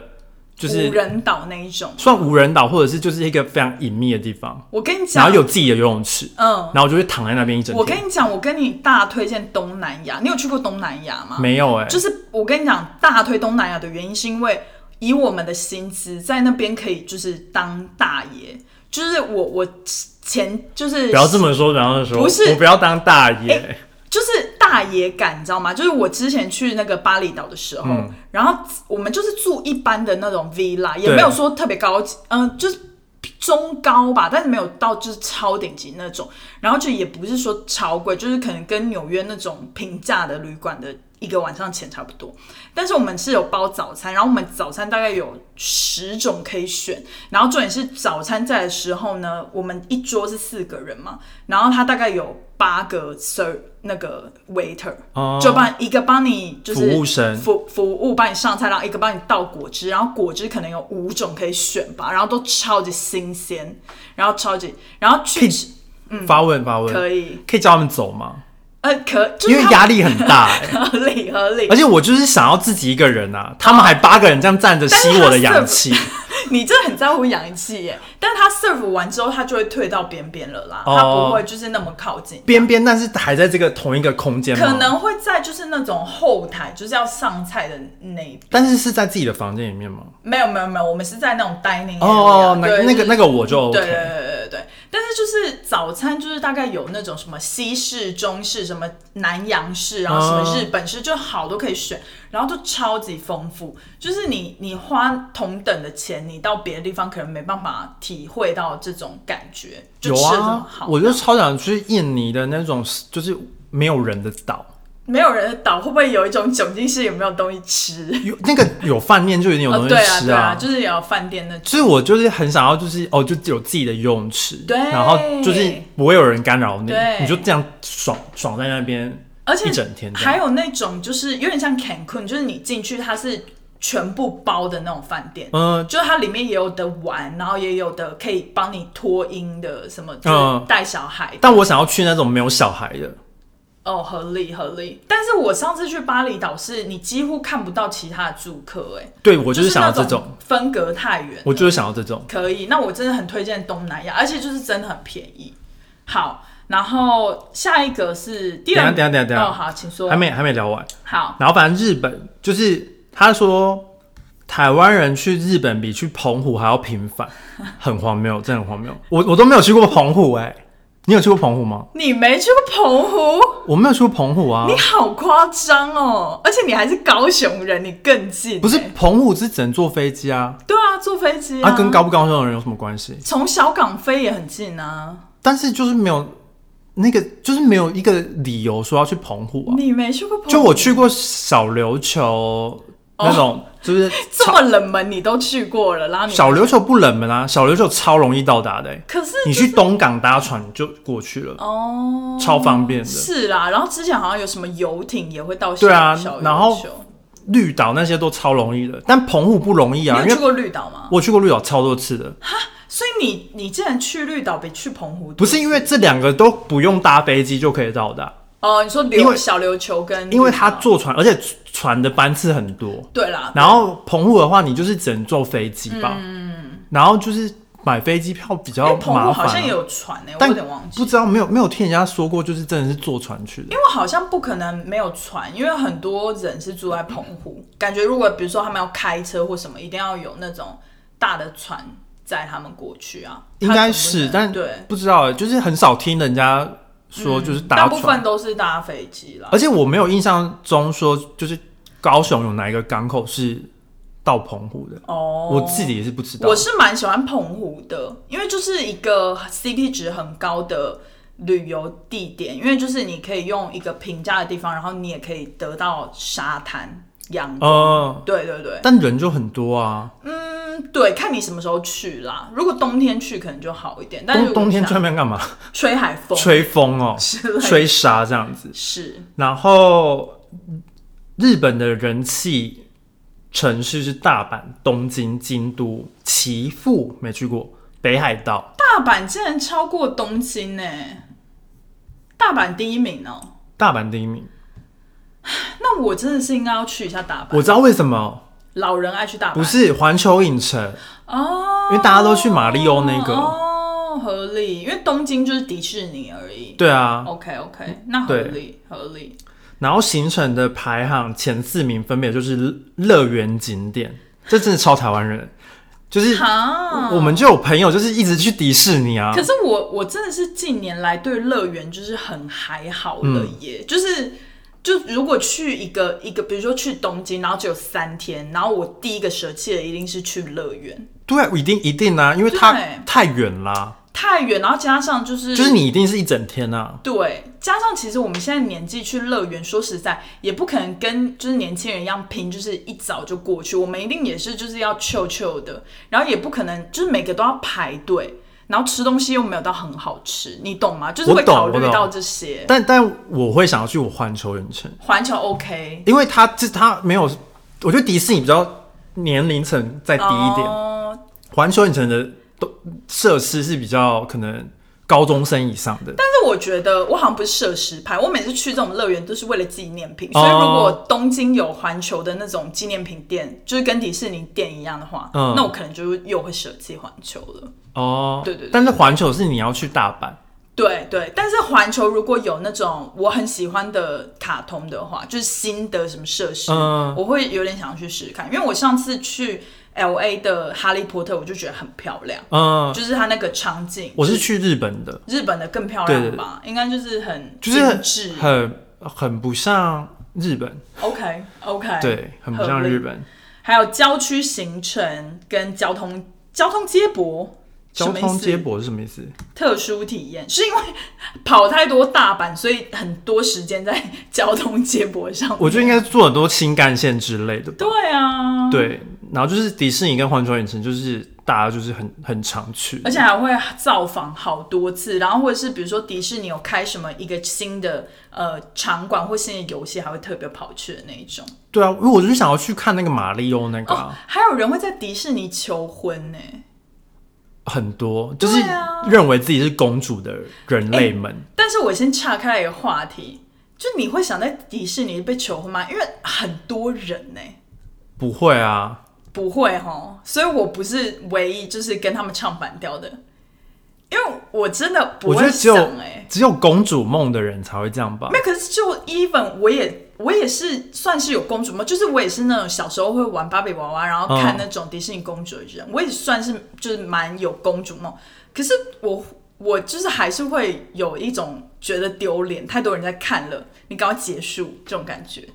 Speaker 1: 就
Speaker 2: 嗯无
Speaker 1: 是
Speaker 2: 人岛那一种，
Speaker 1: 算无人岛，或者是就是一个非常隐秘的地方，
Speaker 2: 我跟你讲，
Speaker 1: 然后有自己的游泳池，
Speaker 2: 嗯，
Speaker 1: 然后我就会躺在那边一整
Speaker 2: 我
Speaker 1: 天。
Speaker 2: 跟你讲，我跟你大推荐东南亚，你有去过东南亚吗？
Speaker 1: 没有哎、
Speaker 2: 就是我跟你讲，大推东南亚的原因是因为以我们的薪资，在那边可以就是当大爷，就是我我前就是
Speaker 1: 不要这么说，然后说
Speaker 2: 不是哎
Speaker 1: 我不要当大爷、
Speaker 2: 就是大爷感，你知道吗？就是我之前去那个巴厘岛的时候，
Speaker 1: 嗯
Speaker 2: 然后我们就是住一般的那种 villa，也
Speaker 1: 对
Speaker 2: 没有说特别高级，嗯、就是中高吧，但是没有到就是超顶级那种。然后就也不是说超贵，就是可能跟纽约那种平价的旅馆的一个晚上钱差不多。但是我们是有包早餐，然后我们早餐大概有十种可以选。然后重点是早餐在的时候呢，我们一桌是四个人嘛，然后他大概有八个 ser 那个 waiter，、
Speaker 1: 哦
Speaker 2: 就帮一个帮你就是
Speaker 1: 服务生
Speaker 2: 服服务帮你上菜，然后一个帮你倒果汁，然后果汁可能有五种可以选吧，然后都超级新鲜，然后超级，然后去
Speaker 1: 以
Speaker 2: 吃
Speaker 1: 发问发问，
Speaker 2: 嗯可以，
Speaker 1: 可以叫他们走吗？
Speaker 2: 呃，可就是
Speaker 1: 因为
Speaker 2: 他，
Speaker 1: 压力很大、欸
Speaker 2: [laughs] 合理合理
Speaker 1: 而，且我就是想要自己一个人啊，他们还八个人这样站着吸我的氧气。
Speaker 2: 你真的很在乎氧气耶。但他 serve 完之后，他就会退到边边了啦，
Speaker 1: 哦
Speaker 2: 他不会就是那么靠近。
Speaker 1: 边边，但是还在这个同一个空间吗
Speaker 2: 可，能会在就是那种后台，就是要上菜的那一
Speaker 1: 但是是在自己的房间里面吗？
Speaker 2: 没有没有没有，我们是在那种 dining area，
Speaker 1: 哦，那
Speaker 2: 对
Speaker 1: 那个那个我就
Speaker 2: 对
Speaker 1: OK，
Speaker 2: 对对对对对，但是就是早餐就是大概有那种什么西式、中式、什么南洋式，然后什么
Speaker 1: 哦
Speaker 2: 日本式，就好多可以选，然后就超级丰富。就是你你花同等的钱，你到别的地方可能没办法体会到这种感觉，就
Speaker 1: 有
Speaker 2: 吃的这么
Speaker 1: 啊
Speaker 2: 好，。
Speaker 1: 我就超想去印尼的那种，就是没有人的岛，
Speaker 2: 没有人的岛会不会有一种窘境是有没有东西吃？
Speaker 1: 有那个有饭店就一定有
Speaker 2: 哦，
Speaker 1: 东西
Speaker 2: 对啊
Speaker 1: 吃
Speaker 2: 对啊，就是也有饭店那种。
Speaker 1: 所以我就是很想要，就是哦，就有自己的游泳池，
Speaker 2: 对
Speaker 1: 然后就是不会有人干扰你
Speaker 2: 对，
Speaker 1: 你就这样爽爽在那边，
Speaker 2: 而且
Speaker 1: 一整天这样
Speaker 2: 还有那种就是有点像 Cancun，就是你进去它是全部包的那种饭店，
Speaker 1: 嗯，
Speaker 2: 就是它里面也有的玩，然后也有的可以帮你脱音的什么，就
Speaker 1: 嗯
Speaker 2: 是带小孩。
Speaker 1: 但我想要去那种没有小孩的，
Speaker 2: 哦，合理合理。但是我上次去巴厘岛是，你几乎看不到其他的住客、哎，
Speaker 1: 对我
Speaker 2: 我
Speaker 1: 就是想要这
Speaker 2: 种
Speaker 1: 种，
Speaker 2: 分隔太远了。
Speaker 1: 我就是想要这种。
Speaker 2: 可以，那我真的很推荐东南亚，而且就是真的很便宜。好，然后下一个是第二，
Speaker 1: 等一下等一下等一下
Speaker 2: 哦，好，请说。
Speaker 1: 还没还没聊完。
Speaker 2: 好，
Speaker 1: 然后反正日本就是他说台湾人去日本比去澎湖还要频繁，很荒谬，真的很荒谬。我我都没有去过澎湖哎、你有去过澎湖吗？
Speaker 2: 你没去过澎湖？
Speaker 1: 我没有去过澎湖啊
Speaker 2: 你，好夸张哦！而且你还是高雄人，你更近欸、
Speaker 1: 不是澎湖是只能坐飞机啊，
Speaker 2: 对啊，坐飞机
Speaker 1: 啊跟高不高雄的人有什么关系？
Speaker 2: 从小港飞也很近啊。
Speaker 1: 但是就是没有那个就是没有一个理由说要去澎湖啊。
Speaker 2: 你没去过澎湖？
Speaker 1: 就我去过小琉球、那种就是
Speaker 2: 这
Speaker 1: 超
Speaker 2: 么冷门你都去过了，然后你
Speaker 1: 小琉球不冷门啊，小琉球超容易到达的欸、
Speaker 2: 可是
Speaker 1: 你去东港搭船就过去了，
Speaker 2: 哦，
Speaker 1: 超方便的。
Speaker 2: 是啦，然后之前好像有什么游艇也会到小
Speaker 1: 对啊
Speaker 2: 小
Speaker 1: 然
Speaker 2: 琉
Speaker 1: 后
Speaker 2: 球
Speaker 1: 绿岛那些都超容易的，但澎湖不容易
Speaker 2: 你
Speaker 1: 啊，
Speaker 2: 有
Speaker 1: 因
Speaker 2: 去
Speaker 1: 为
Speaker 2: 过绿岛吗？
Speaker 1: 我去过绿岛超多次的，
Speaker 2: 所以你你竟然去绿岛比去澎湖多
Speaker 1: 不是因为这两个都不用搭飞机就可以到达，
Speaker 2: 哦，你说
Speaker 1: 因
Speaker 2: 琉
Speaker 1: 为
Speaker 2: 小琉球跟
Speaker 1: 因为
Speaker 2: 绿
Speaker 1: 它
Speaker 2: 岛
Speaker 1: 坐船，而且船的班次很多。
Speaker 2: 对啦，
Speaker 1: 然后澎湖的话，你就是只能坐飞机吧，然后就是买飞机票比
Speaker 2: 嗯因
Speaker 1: 较
Speaker 2: 为澎
Speaker 1: 麻
Speaker 2: 湖
Speaker 1: 烦
Speaker 2: 好
Speaker 1: 啊、
Speaker 2: 像也有船哎、我
Speaker 1: 但
Speaker 2: 有点忘记，
Speaker 1: 不知道没有没有听人家说过，就是真的是坐船去的
Speaker 2: 因。为好像不可能没有船，因为很多人是住在澎湖，感觉如果比如说他们要开车或什么，一定要有那种大的船载他们过去啊。
Speaker 1: 应该是，
Speaker 2: 他
Speaker 1: 但
Speaker 2: 总不能对，
Speaker 1: 不知道欸，就是很少听人家说就是
Speaker 2: 嗯大
Speaker 1: 搭
Speaker 2: 部
Speaker 1: 船，
Speaker 2: 分都是搭飞机啦
Speaker 1: 而。且我没有印象中说就是高雄有哪一个港口是到澎湖的，
Speaker 2: 哦，
Speaker 1: 我自己也是不知道
Speaker 2: 我。是蛮喜欢澎湖的，因为就是一个 CP 值很高的旅游地点，因为就是你可以用一个平价的地方，然后你也可以得到沙滩、阳光。
Speaker 1: 呃，
Speaker 2: 对对对，
Speaker 1: 但人就很多啊，
Speaker 2: 嗯，对，看你什么时候去啦。如果冬天去可能就好一点，但是
Speaker 1: 冬冬天
Speaker 2: 吹
Speaker 1: 穿边干嘛？
Speaker 2: 吹海风
Speaker 1: 吹风哦，
Speaker 2: 之类的
Speaker 1: 吹沙这样子。
Speaker 2: 是
Speaker 1: 然后日本的人气城市是大阪、东京、京都、岐阜，没去过，北海道。
Speaker 2: 大阪竟然超过东京呢、欸大阪第一名哦、
Speaker 1: 大阪第一名，
Speaker 2: 那我真的是应该要去一下大阪。
Speaker 1: 我知道为什么，
Speaker 2: 老人爱去大阪，
Speaker 1: 不是环球影城，
Speaker 2: 哦，
Speaker 1: 因为大家都去马里奥那个。
Speaker 2: 哦，合理，因为东京就是迪士尼而已。
Speaker 1: 对啊，
Speaker 2: OK OK，那合
Speaker 1: 对
Speaker 2: 理合理。
Speaker 1: 然后行程的排行前四名分别就是乐园景点，这真的超台湾人，就是
Speaker 2: 哈，
Speaker 1: 我们就有朋友就是一直去迪士尼啊
Speaker 2: 可，是我我真的是近年来对乐园就是很还好了
Speaker 1: 嗯
Speaker 2: 耶，就是就如果去一个一个，比如说去东京，然后只有三天，然后我第一个舍弃的一定是去乐园，
Speaker 1: 对啊，一定一定啊，因为它
Speaker 2: 对
Speaker 1: 太远啦，
Speaker 2: 太远，然后加上就是
Speaker 1: 就是你一定是一整天啊，
Speaker 2: 对，加上其实我们现在年纪去乐园，说实在也不可能跟就是年轻人一样拼，就是一早就过去。我们一定也是就是要 chill chill 的，然后也不可能就是每个都要排队，然后吃东西又没有到很好吃，你懂吗？就是
Speaker 1: 我
Speaker 2: 会
Speaker 1: 懂
Speaker 2: 考
Speaker 1: 我
Speaker 2: 虑
Speaker 1: 懂
Speaker 2: 到这些。
Speaker 1: 但但我会想要去我环球影城，
Speaker 2: 环球 OK
Speaker 1: 因为它这它没有，我觉得迪士尼比较年龄层再低一点，
Speaker 2: 哦
Speaker 1: 环球影城的都设施是比较可能高中生以上的，
Speaker 2: 但是我觉得我好像不是设施派，我每次去这种乐园都是为了纪念品，所以如
Speaker 1: 哦
Speaker 2: 果东京有环球的那种纪念品店，就是跟迪士尼店一样的话，
Speaker 1: 嗯
Speaker 2: 那我可能就又会舍弃环球了。
Speaker 1: 哦，
Speaker 2: 对对对
Speaker 1: 但是环球是你要去大阪，
Speaker 2: 对对，但是环球如果有那种我很喜欢的卡通的话，就是新的什么设施，
Speaker 1: 嗯
Speaker 2: 我会有点想要去试试看，因为我上次去 L A 的哈利波特，我就觉得很漂亮，
Speaker 1: 嗯，
Speaker 2: 就是它那个场景，
Speaker 1: 我是去日本的，
Speaker 2: 日本的更漂
Speaker 1: 对
Speaker 2: 亮
Speaker 1: 对
Speaker 2: 吧，应该就是很
Speaker 1: 就是
Speaker 2: 精致
Speaker 1: 很很很不像日本，
Speaker 2: OK OK，
Speaker 1: 对，很不像
Speaker 2: 合理
Speaker 1: 日本，
Speaker 2: 还有郊区行程跟交通交通接驳，
Speaker 1: 交
Speaker 2: 什么
Speaker 1: 通
Speaker 2: 意思
Speaker 1: 接驳是什么意思？
Speaker 2: 特殊体验，是因为跑太多大阪，所以很多时间在交通接驳上面。
Speaker 1: 我觉得应该做很多新干线之类的吧，
Speaker 2: 对啊，，
Speaker 1: 对，然后就是迪士尼跟环球影城，就是大家就是很很常去，
Speaker 2: 而且还会造访好多次，然后或者是比如说迪士尼有开什么一个新的呃场馆或新的游戏，还会特别跑去的那一种。
Speaker 1: 对啊，因为我就是想要去看那个马里奥那个
Speaker 2: 哦
Speaker 1: 啊、，
Speaker 2: 还有人会在迪士尼求婚呢、
Speaker 1: 很多，就是
Speaker 2: 哦对啊哎
Speaker 1: 认为自己是公主的人类们。
Speaker 2: 但是我先岔开一个话题，就你会想在迪士尼被求婚吗？因为很多人呢、
Speaker 1: 不会啊，
Speaker 2: 不会哈，所以我不是唯一就是跟他们唱反调的，因为我真的不
Speaker 1: 我觉得
Speaker 2: 会
Speaker 1: 只有
Speaker 2: 想哎、
Speaker 1: 只有公主梦的人才会这样吧
Speaker 2: 那。可是就 even 我也我也是算是有公主梦，就是我也是那种小时候会玩芭比娃娃，然后
Speaker 1: 嗯
Speaker 2: 看那种迪士尼公主的人，我也算是就是蛮有公主梦。可是我我就是还是会有一种觉得丢脸，太多人在看了，你赶快结束这种感觉，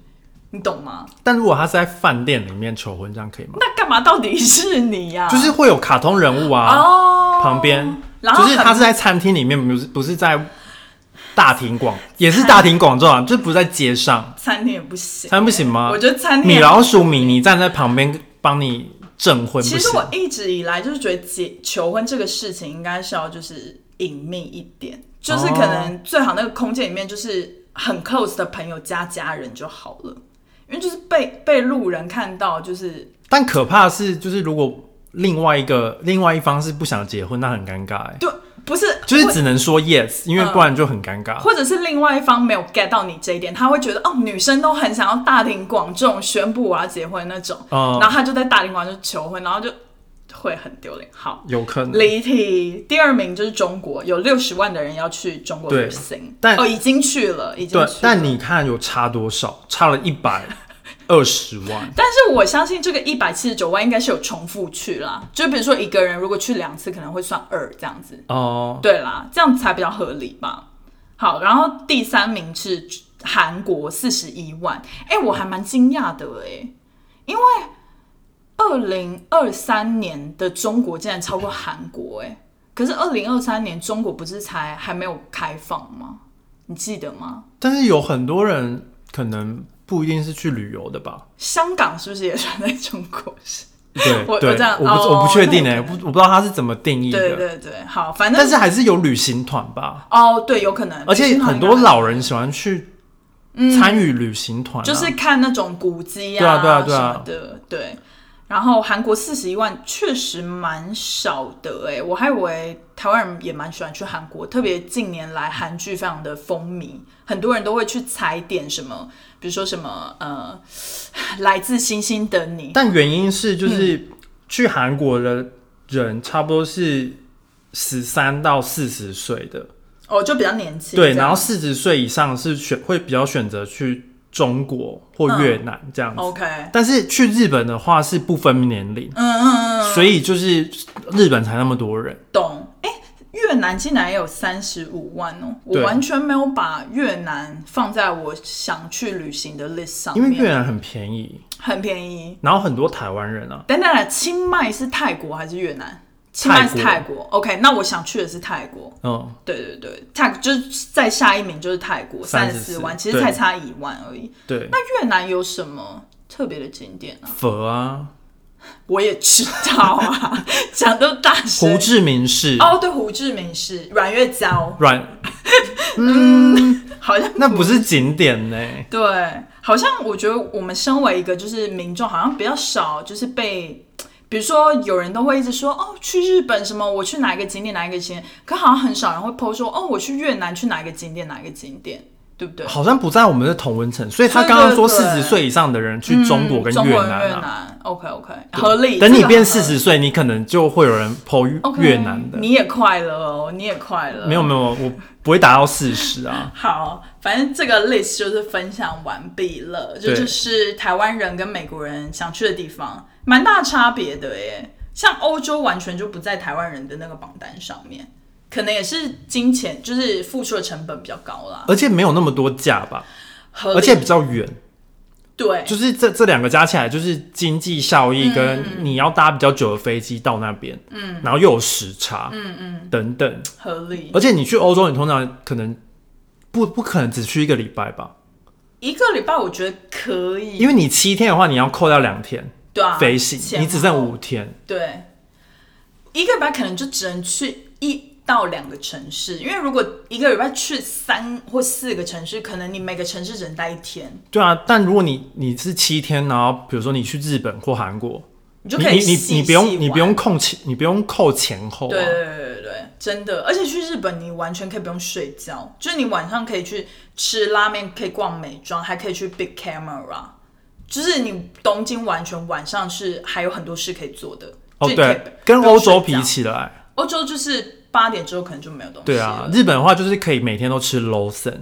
Speaker 2: 你懂吗？
Speaker 1: 但如果他是在饭店里面求婚，这样可以吗？
Speaker 2: 那干嘛到迪士尼呀、
Speaker 1: 就是会有卡通人物啊，
Speaker 2: 哦
Speaker 1: 旁边，
Speaker 2: 然后
Speaker 1: 就是他
Speaker 2: 很
Speaker 1: 是在餐厅里面，不是不是在大庭广也是大庭广众
Speaker 2: [laughs]
Speaker 1: 啊，就不在街上，
Speaker 2: 餐厅也不行。
Speaker 1: 餐不行吗
Speaker 2: 我？觉得餐厅
Speaker 1: 啊米老鼠米妮站在旁边帮你证婚不
Speaker 2: 其实
Speaker 1: 行
Speaker 2: 我一直以来就是觉得结求婚这个事情应该是要就是隐秘一点，就是可能最好那个空间里面就是很 close 的朋友加家人就好了，因为就是被被路人看到就是
Speaker 1: 但可怕的是，就是如果另外一个另外一方是不想结婚，那很尴尬、欸，
Speaker 2: 对不是
Speaker 1: 就是
Speaker 2: 或
Speaker 1: 只能说 yes，因为不然就很尴尬。
Speaker 2: 或者是另外一方没有 get 到你这一点，他会觉得哦，女生都很想要大庭广众宣布我要结婚那种，
Speaker 1: 哦
Speaker 2: 然后他就在大庭广众求婚，然后就会很丢脸。好，
Speaker 1: 有可能，
Speaker 2: 离题，第二名就是中国，有六十万的人要去中国旅行，
Speaker 1: 但
Speaker 2: 哦已经去了，已经
Speaker 1: 对
Speaker 2: 去了。，
Speaker 1: 但你看有差多少？差了一
Speaker 2: [laughs]
Speaker 1: 百二十万，
Speaker 2: 但是我相信这个一百七十九万应该是有重复去啦，就比如说一个人如果去两次，可能会算二这样子，
Speaker 1: 哦、
Speaker 2: 对啦，这样才比较合理吧。好，然后第三名是韩国四十一万，哎、我还蛮惊讶的哎、因为二零二三年的中国竟然超过韩国哎、可是二零二三年中国不是才还没有开放吗？你记得吗？
Speaker 1: 但是有很多人可能不一定是去旅游的吧？
Speaker 2: 香港是不是也算在中国？是，
Speaker 1: 对，
Speaker 2: 我
Speaker 1: 对
Speaker 2: 我这样
Speaker 1: 不、
Speaker 2: 哦
Speaker 1: 我不确定哎、
Speaker 2: 那我
Speaker 1: 我不我不知道他是怎么定义的，
Speaker 2: 对对对，好，反正
Speaker 1: 但是还是有旅行团吧，
Speaker 2: 哦，对，有可能，
Speaker 1: 而且
Speaker 2: 旅行团
Speaker 1: 很
Speaker 2: 应
Speaker 1: 多
Speaker 2: 该
Speaker 1: 老人喜欢去参与旅行团、啊
Speaker 2: 就是看那种古迹
Speaker 1: 对啊对啊对
Speaker 2: 什
Speaker 1: 啊
Speaker 2: 么的，对。然后韩国四十一万确实蛮少的哎、我还以为台湾人也蛮喜欢去韩国，特别近年来韩剧非常的风靡，很多人都会去踩点什么，比如说什么呃，来自星星的你，
Speaker 1: 但原因是
Speaker 2: 嗯
Speaker 1: 就是去韩国的人差不多是十三到四十岁的，
Speaker 2: 哦，就比较年轻这
Speaker 1: 对，
Speaker 2: 样，
Speaker 1: 然后四十岁以上是选会比较选择去中国或
Speaker 2: 嗯
Speaker 1: 越南这样子，
Speaker 2: OK，
Speaker 1: 但是去日本的话是不分年龄，
Speaker 2: 嗯嗯嗯，
Speaker 1: 所以就是日本才那么多人。
Speaker 2: 懂哎。越南竟然也有三十五万哦！我
Speaker 1: 对
Speaker 2: 完全没有把越南放在我想去旅行的 list 上
Speaker 1: 因
Speaker 2: 面，
Speaker 1: 为越南很便宜，
Speaker 2: 很便宜。
Speaker 1: 然后很多台湾人啊，
Speaker 2: 等等等，清迈是泰国还是越南？清迈是泰国。OK，那我想去的是泰国。
Speaker 1: 嗯，
Speaker 2: 对对对，泰就是再下一名就是泰国，三十四
Speaker 1: 34
Speaker 2: 万，
Speaker 1: 对
Speaker 2: 其实才差一万而已。
Speaker 1: 对，
Speaker 2: 那越南有什么特别的景点啊？
Speaker 1: 佛啊，
Speaker 2: 我也知道啊， [laughs] 讲都大
Speaker 1: 胡
Speaker 2: 声。
Speaker 1: 志明市，
Speaker 2: 哦，对，胡志明市阮月娇，
Speaker 1: 软，
Speaker 2: 好像
Speaker 1: 那不是景点呢、
Speaker 2: 对，好像我觉得我们身为一个就是民众，好像比较少，就是被，比如说有人都会一直说哦，去日本什么，我去哪一个景点哪一个景点，可好像很少人会 PO 说哦，我去越南去哪一个景点哪一个景点，对不对？
Speaker 1: 好像不在我们的同温层，所以他
Speaker 2: 对
Speaker 1: 刚刚
Speaker 2: 对
Speaker 1: 说
Speaker 2: 对嗯
Speaker 1: 四十岁以上的人去中国跟
Speaker 2: 中
Speaker 1: 越
Speaker 2: 国
Speaker 1: 南
Speaker 2: 越
Speaker 1: 啊，
Speaker 2: 南，OK OK，合理。
Speaker 1: 等
Speaker 2: 这
Speaker 1: 你
Speaker 2: 个
Speaker 1: 变
Speaker 2: 合
Speaker 1: 四十岁，你可能就会有人剖
Speaker 2: ，OK，嗯
Speaker 1: 越南的。
Speaker 2: 你也快乐哦，你也快乐，
Speaker 1: 没有没有，我不会达到四十啊。
Speaker 2: 好，反正这个 list 就是分享完毕了，这
Speaker 1: 对
Speaker 2: 就是台湾人跟美国人想去的地方，蛮大差别的耶。像欧洲完全就不在台湾人的那个榜单上面，可能也是金钱，就是付出的成本比较高啦。
Speaker 1: 而且没有那么多假吧，
Speaker 2: 合理
Speaker 1: 而且比较远，
Speaker 2: 对，
Speaker 1: 就是这这两个加起来，就是经济效益
Speaker 2: 嗯
Speaker 1: 跟你要搭比较久的飞机到那边，嗯，然后又有时差，嗯嗯，等等。
Speaker 2: 合理。
Speaker 1: 而且你去欧洲，你通常可能不不可能只去一个礼拜吧，
Speaker 2: 一个礼拜我觉得可以，
Speaker 1: 因为你七天的话，你要扣掉两天
Speaker 2: 对啊，
Speaker 1: 飞行，
Speaker 2: 前
Speaker 1: 你只
Speaker 2: 后
Speaker 1: 剩五天。
Speaker 2: 对，一个礼拜可能就只能去一到两个城市，因为如果一个礼拜去三或四个城市，可能你每个城市只能待一天，
Speaker 1: 对啊，但如果你你是七天，然后比如说你去日本或韩国，
Speaker 2: 你就
Speaker 1: 你
Speaker 2: 可以
Speaker 1: 你你
Speaker 2: 细
Speaker 1: 你不用
Speaker 2: 细玩
Speaker 1: 你不用扣前你不用扣前后、啊，
Speaker 2: 对对对对对，真的，而且去日本你完全可以不用睡觉，就是你晚上可以去吃拉面，可以逛美妆，还可以去 Big Camera，就是你东京完全晚上是还有很多事可以做的。
Speaker 1: 哦
Speaker 2: 就你可以
Speaker 1: 对，跟
Speaker 2: 不用
Speaker 1: 欧洲
Speaker 2: 睡
Speaker 1: 比
Speaker 2: 觉，
Speaker 1: 起来，
Speaker 2: 欧洲就是八点之后可能就没有东西。
Speaker 1: 对啊，，日本的话就是可以每天都吃 Lawson，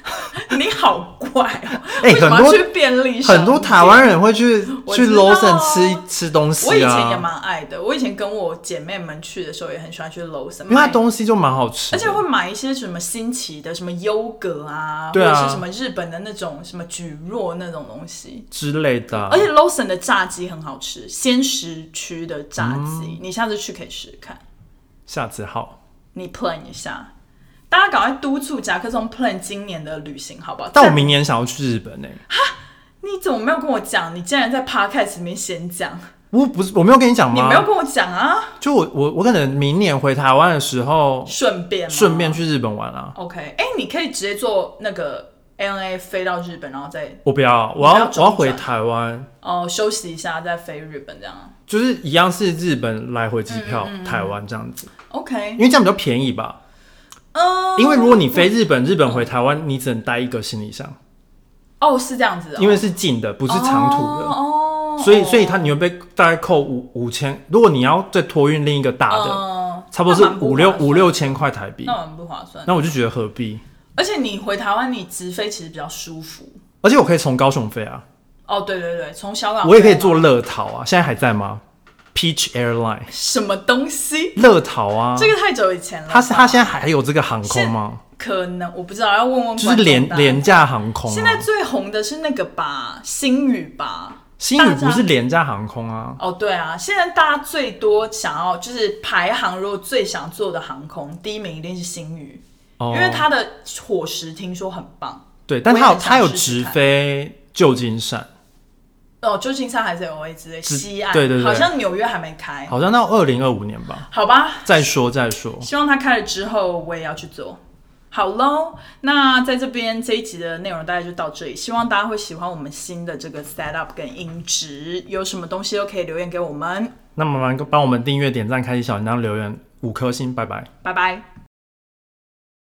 Speaker 2: [laughs] 你好怪哦、
Speaker 1: 哎
Speaker 2: 为什么
Speaker 1: 很
Speaker 2: 要
Speaker 1: 多
Speaker 2: 去便利商
Speaker 1: 很多
Speaker 2: 店
Speaker 1: 台湾人会去
Speaker 2: 我
Speaker 1: 去
Speaker 2: 知道啊
Speaker 1: Lawson 吃吃东西啊，
Speaker 2: 我以前也蛮爱的，我以前跟我姐妹们去的时候也很喜欢去 Lawson，
Speaker 1: 因为它
Speaker 2: 买
Speaker 1: 东西就蛮好吃
Speaker 2: 而
Speaker 1: 的，
Speaker 2: 且会买一些什么新奇的，什么优格啊，
Speaker 1: 对啊
Speaker 2: 或者是什么日本的那种什么蒟蒻那种东西。
Speaker 1: 之类的啊、
Speaker 2: 而且 Lawson 的炸鸡很好吃，鲜食区的
Speaker 1: 嗯
Speaker 2: 炸鸡，你下次去可以试试看，
Speaker 1: 下次好，
Speaker 2: 你 plan 一下。大家赶快督促夹克松 plan 今年的旅行，好不好？
Speaker 1: 但我明年想要去日本呢、欸
Speaker 2: 你怎么没有跟我讲？你竟然在 podcast 里面先讲，
Speaker 1: 我不是我没有跟你讲
Speaker 2: 你
Speaker 1: 吗
Speaker 2: 没？有跟我讲啊？
Speaker 1: 就我我我可能明年回台湾的时候，
Speaker 2: 顺便吗
Speaker 1: 顺便去日本玩啊。
Speaker 2: OK，哎、你可以直接坐那个 ANA 飞到日本，然后再
Speaker 1: 我不要，我要
Speaker 2: 你要
Speaker 1: 我要
Speaker 2: 中转
Speaker 1: 回台湾，
Speaker 2: 哦、休息一下，再飞日本这样。啊
Speaker 1: 就是一样是日本来回机票，
Speaker 2: 嗯
Speaker 1: 台湾这样子，因
Speaker 2: OK，
Speaker 1: 为这样比较便宜吧。
Speaker 2: 嗯，
Speaker 1: 因为如果你飞日本，日本回台湾，你只能带一个行李箱，
Speaker 2: 哦是这样子、哦，
Speaker 1: 因为是近的，不是长途的，
Speaker 2: 哦，哦
Speaker 1: 所以所以它你会被大概扣五五千。如果你要再托运另一个大的，
Speaker 2: 嗯
Speaker 1: 差不多
Speaker 2: 那
Speaker 1: 是
Speaker 2: 蛮不
Speaker 1: 五六
Speaker 2: 划算哦
Speaker 1: 五六千块台币
Speaker 2: 那，蛮不划算。
Speaker 1: 那我就觉得何必？
Speaker 2: 而且你回台湾，你直飞其实比较舒服。
Speaker 1: 而且我可以从高雄飞啊，
Speaker 2: 哦，对对对，从香港
Speaker 1: 我也可以
Speaker 2: 飞嘛
Speaker 1: 坐乐桃啊，现在还在吗？Peach Airline
Speaker 2: 什么东西？
Speaker 1: 乐桃啊，
Speaker 2: 这个太久以前了吧。
Speaker 1: 它是它现在还有这个航空吗？
Speaker 2: 可能我不知道，要问问
Speaker 1: 就
Speaker 2: 观
Speaker 1: 是
Speaker 2: 众
Speaker 1: 廉
Speaker 2: 大家
Speaker 1: 廉价航空、啊，
Speaker 2: 现在最红的是那个吧，星宇吧。
Speaker 1: 新宇不
Speaker 2: 大
Speaker 1: 是
Speaker 2: 家
Speaker 1: 廉价航空啊，
Speaker 2: 哦，对啊，现在大家最多想要就是排行，如果最想做的航空，第一名一定是星宇，
Speaker 1: 哦
Speaker 2: 因为它的伙食听说很棒。
Speaker 1: 对，但
Speaker 2: 我也
Speaker 1: 它有
Speaker 2: 很想
Speaker 1: 它有
Speaker 2: 试试
Speaker 1: 直
Speaker 2: 看
Speaker 1: 飞旧金山，
Speaker 2: 哦，旧金山还是 LA 之类，
Speaker 1: 是
Speaker 2: 西岸
Speaker 1: 对对对
Speaker 2: 好像纽约还没开，
Speaker 1: 好像到二零二五年吧，
Speaker 2: 好吧，
Speaker 1: 再说再说。
Speaker 2: 希望它开了之后我也要去做。好喽，那在这边这一集的内容大概就到这里，希望大家会喜欢我们新的这个 set up 跟音质，有什么东西都可以留言给我们，
Speaker 1: 那麻烦帮我们订阅、点赞、开启小铃铛、留言五颗星，拜拜。
Speaker 2: 拜拜。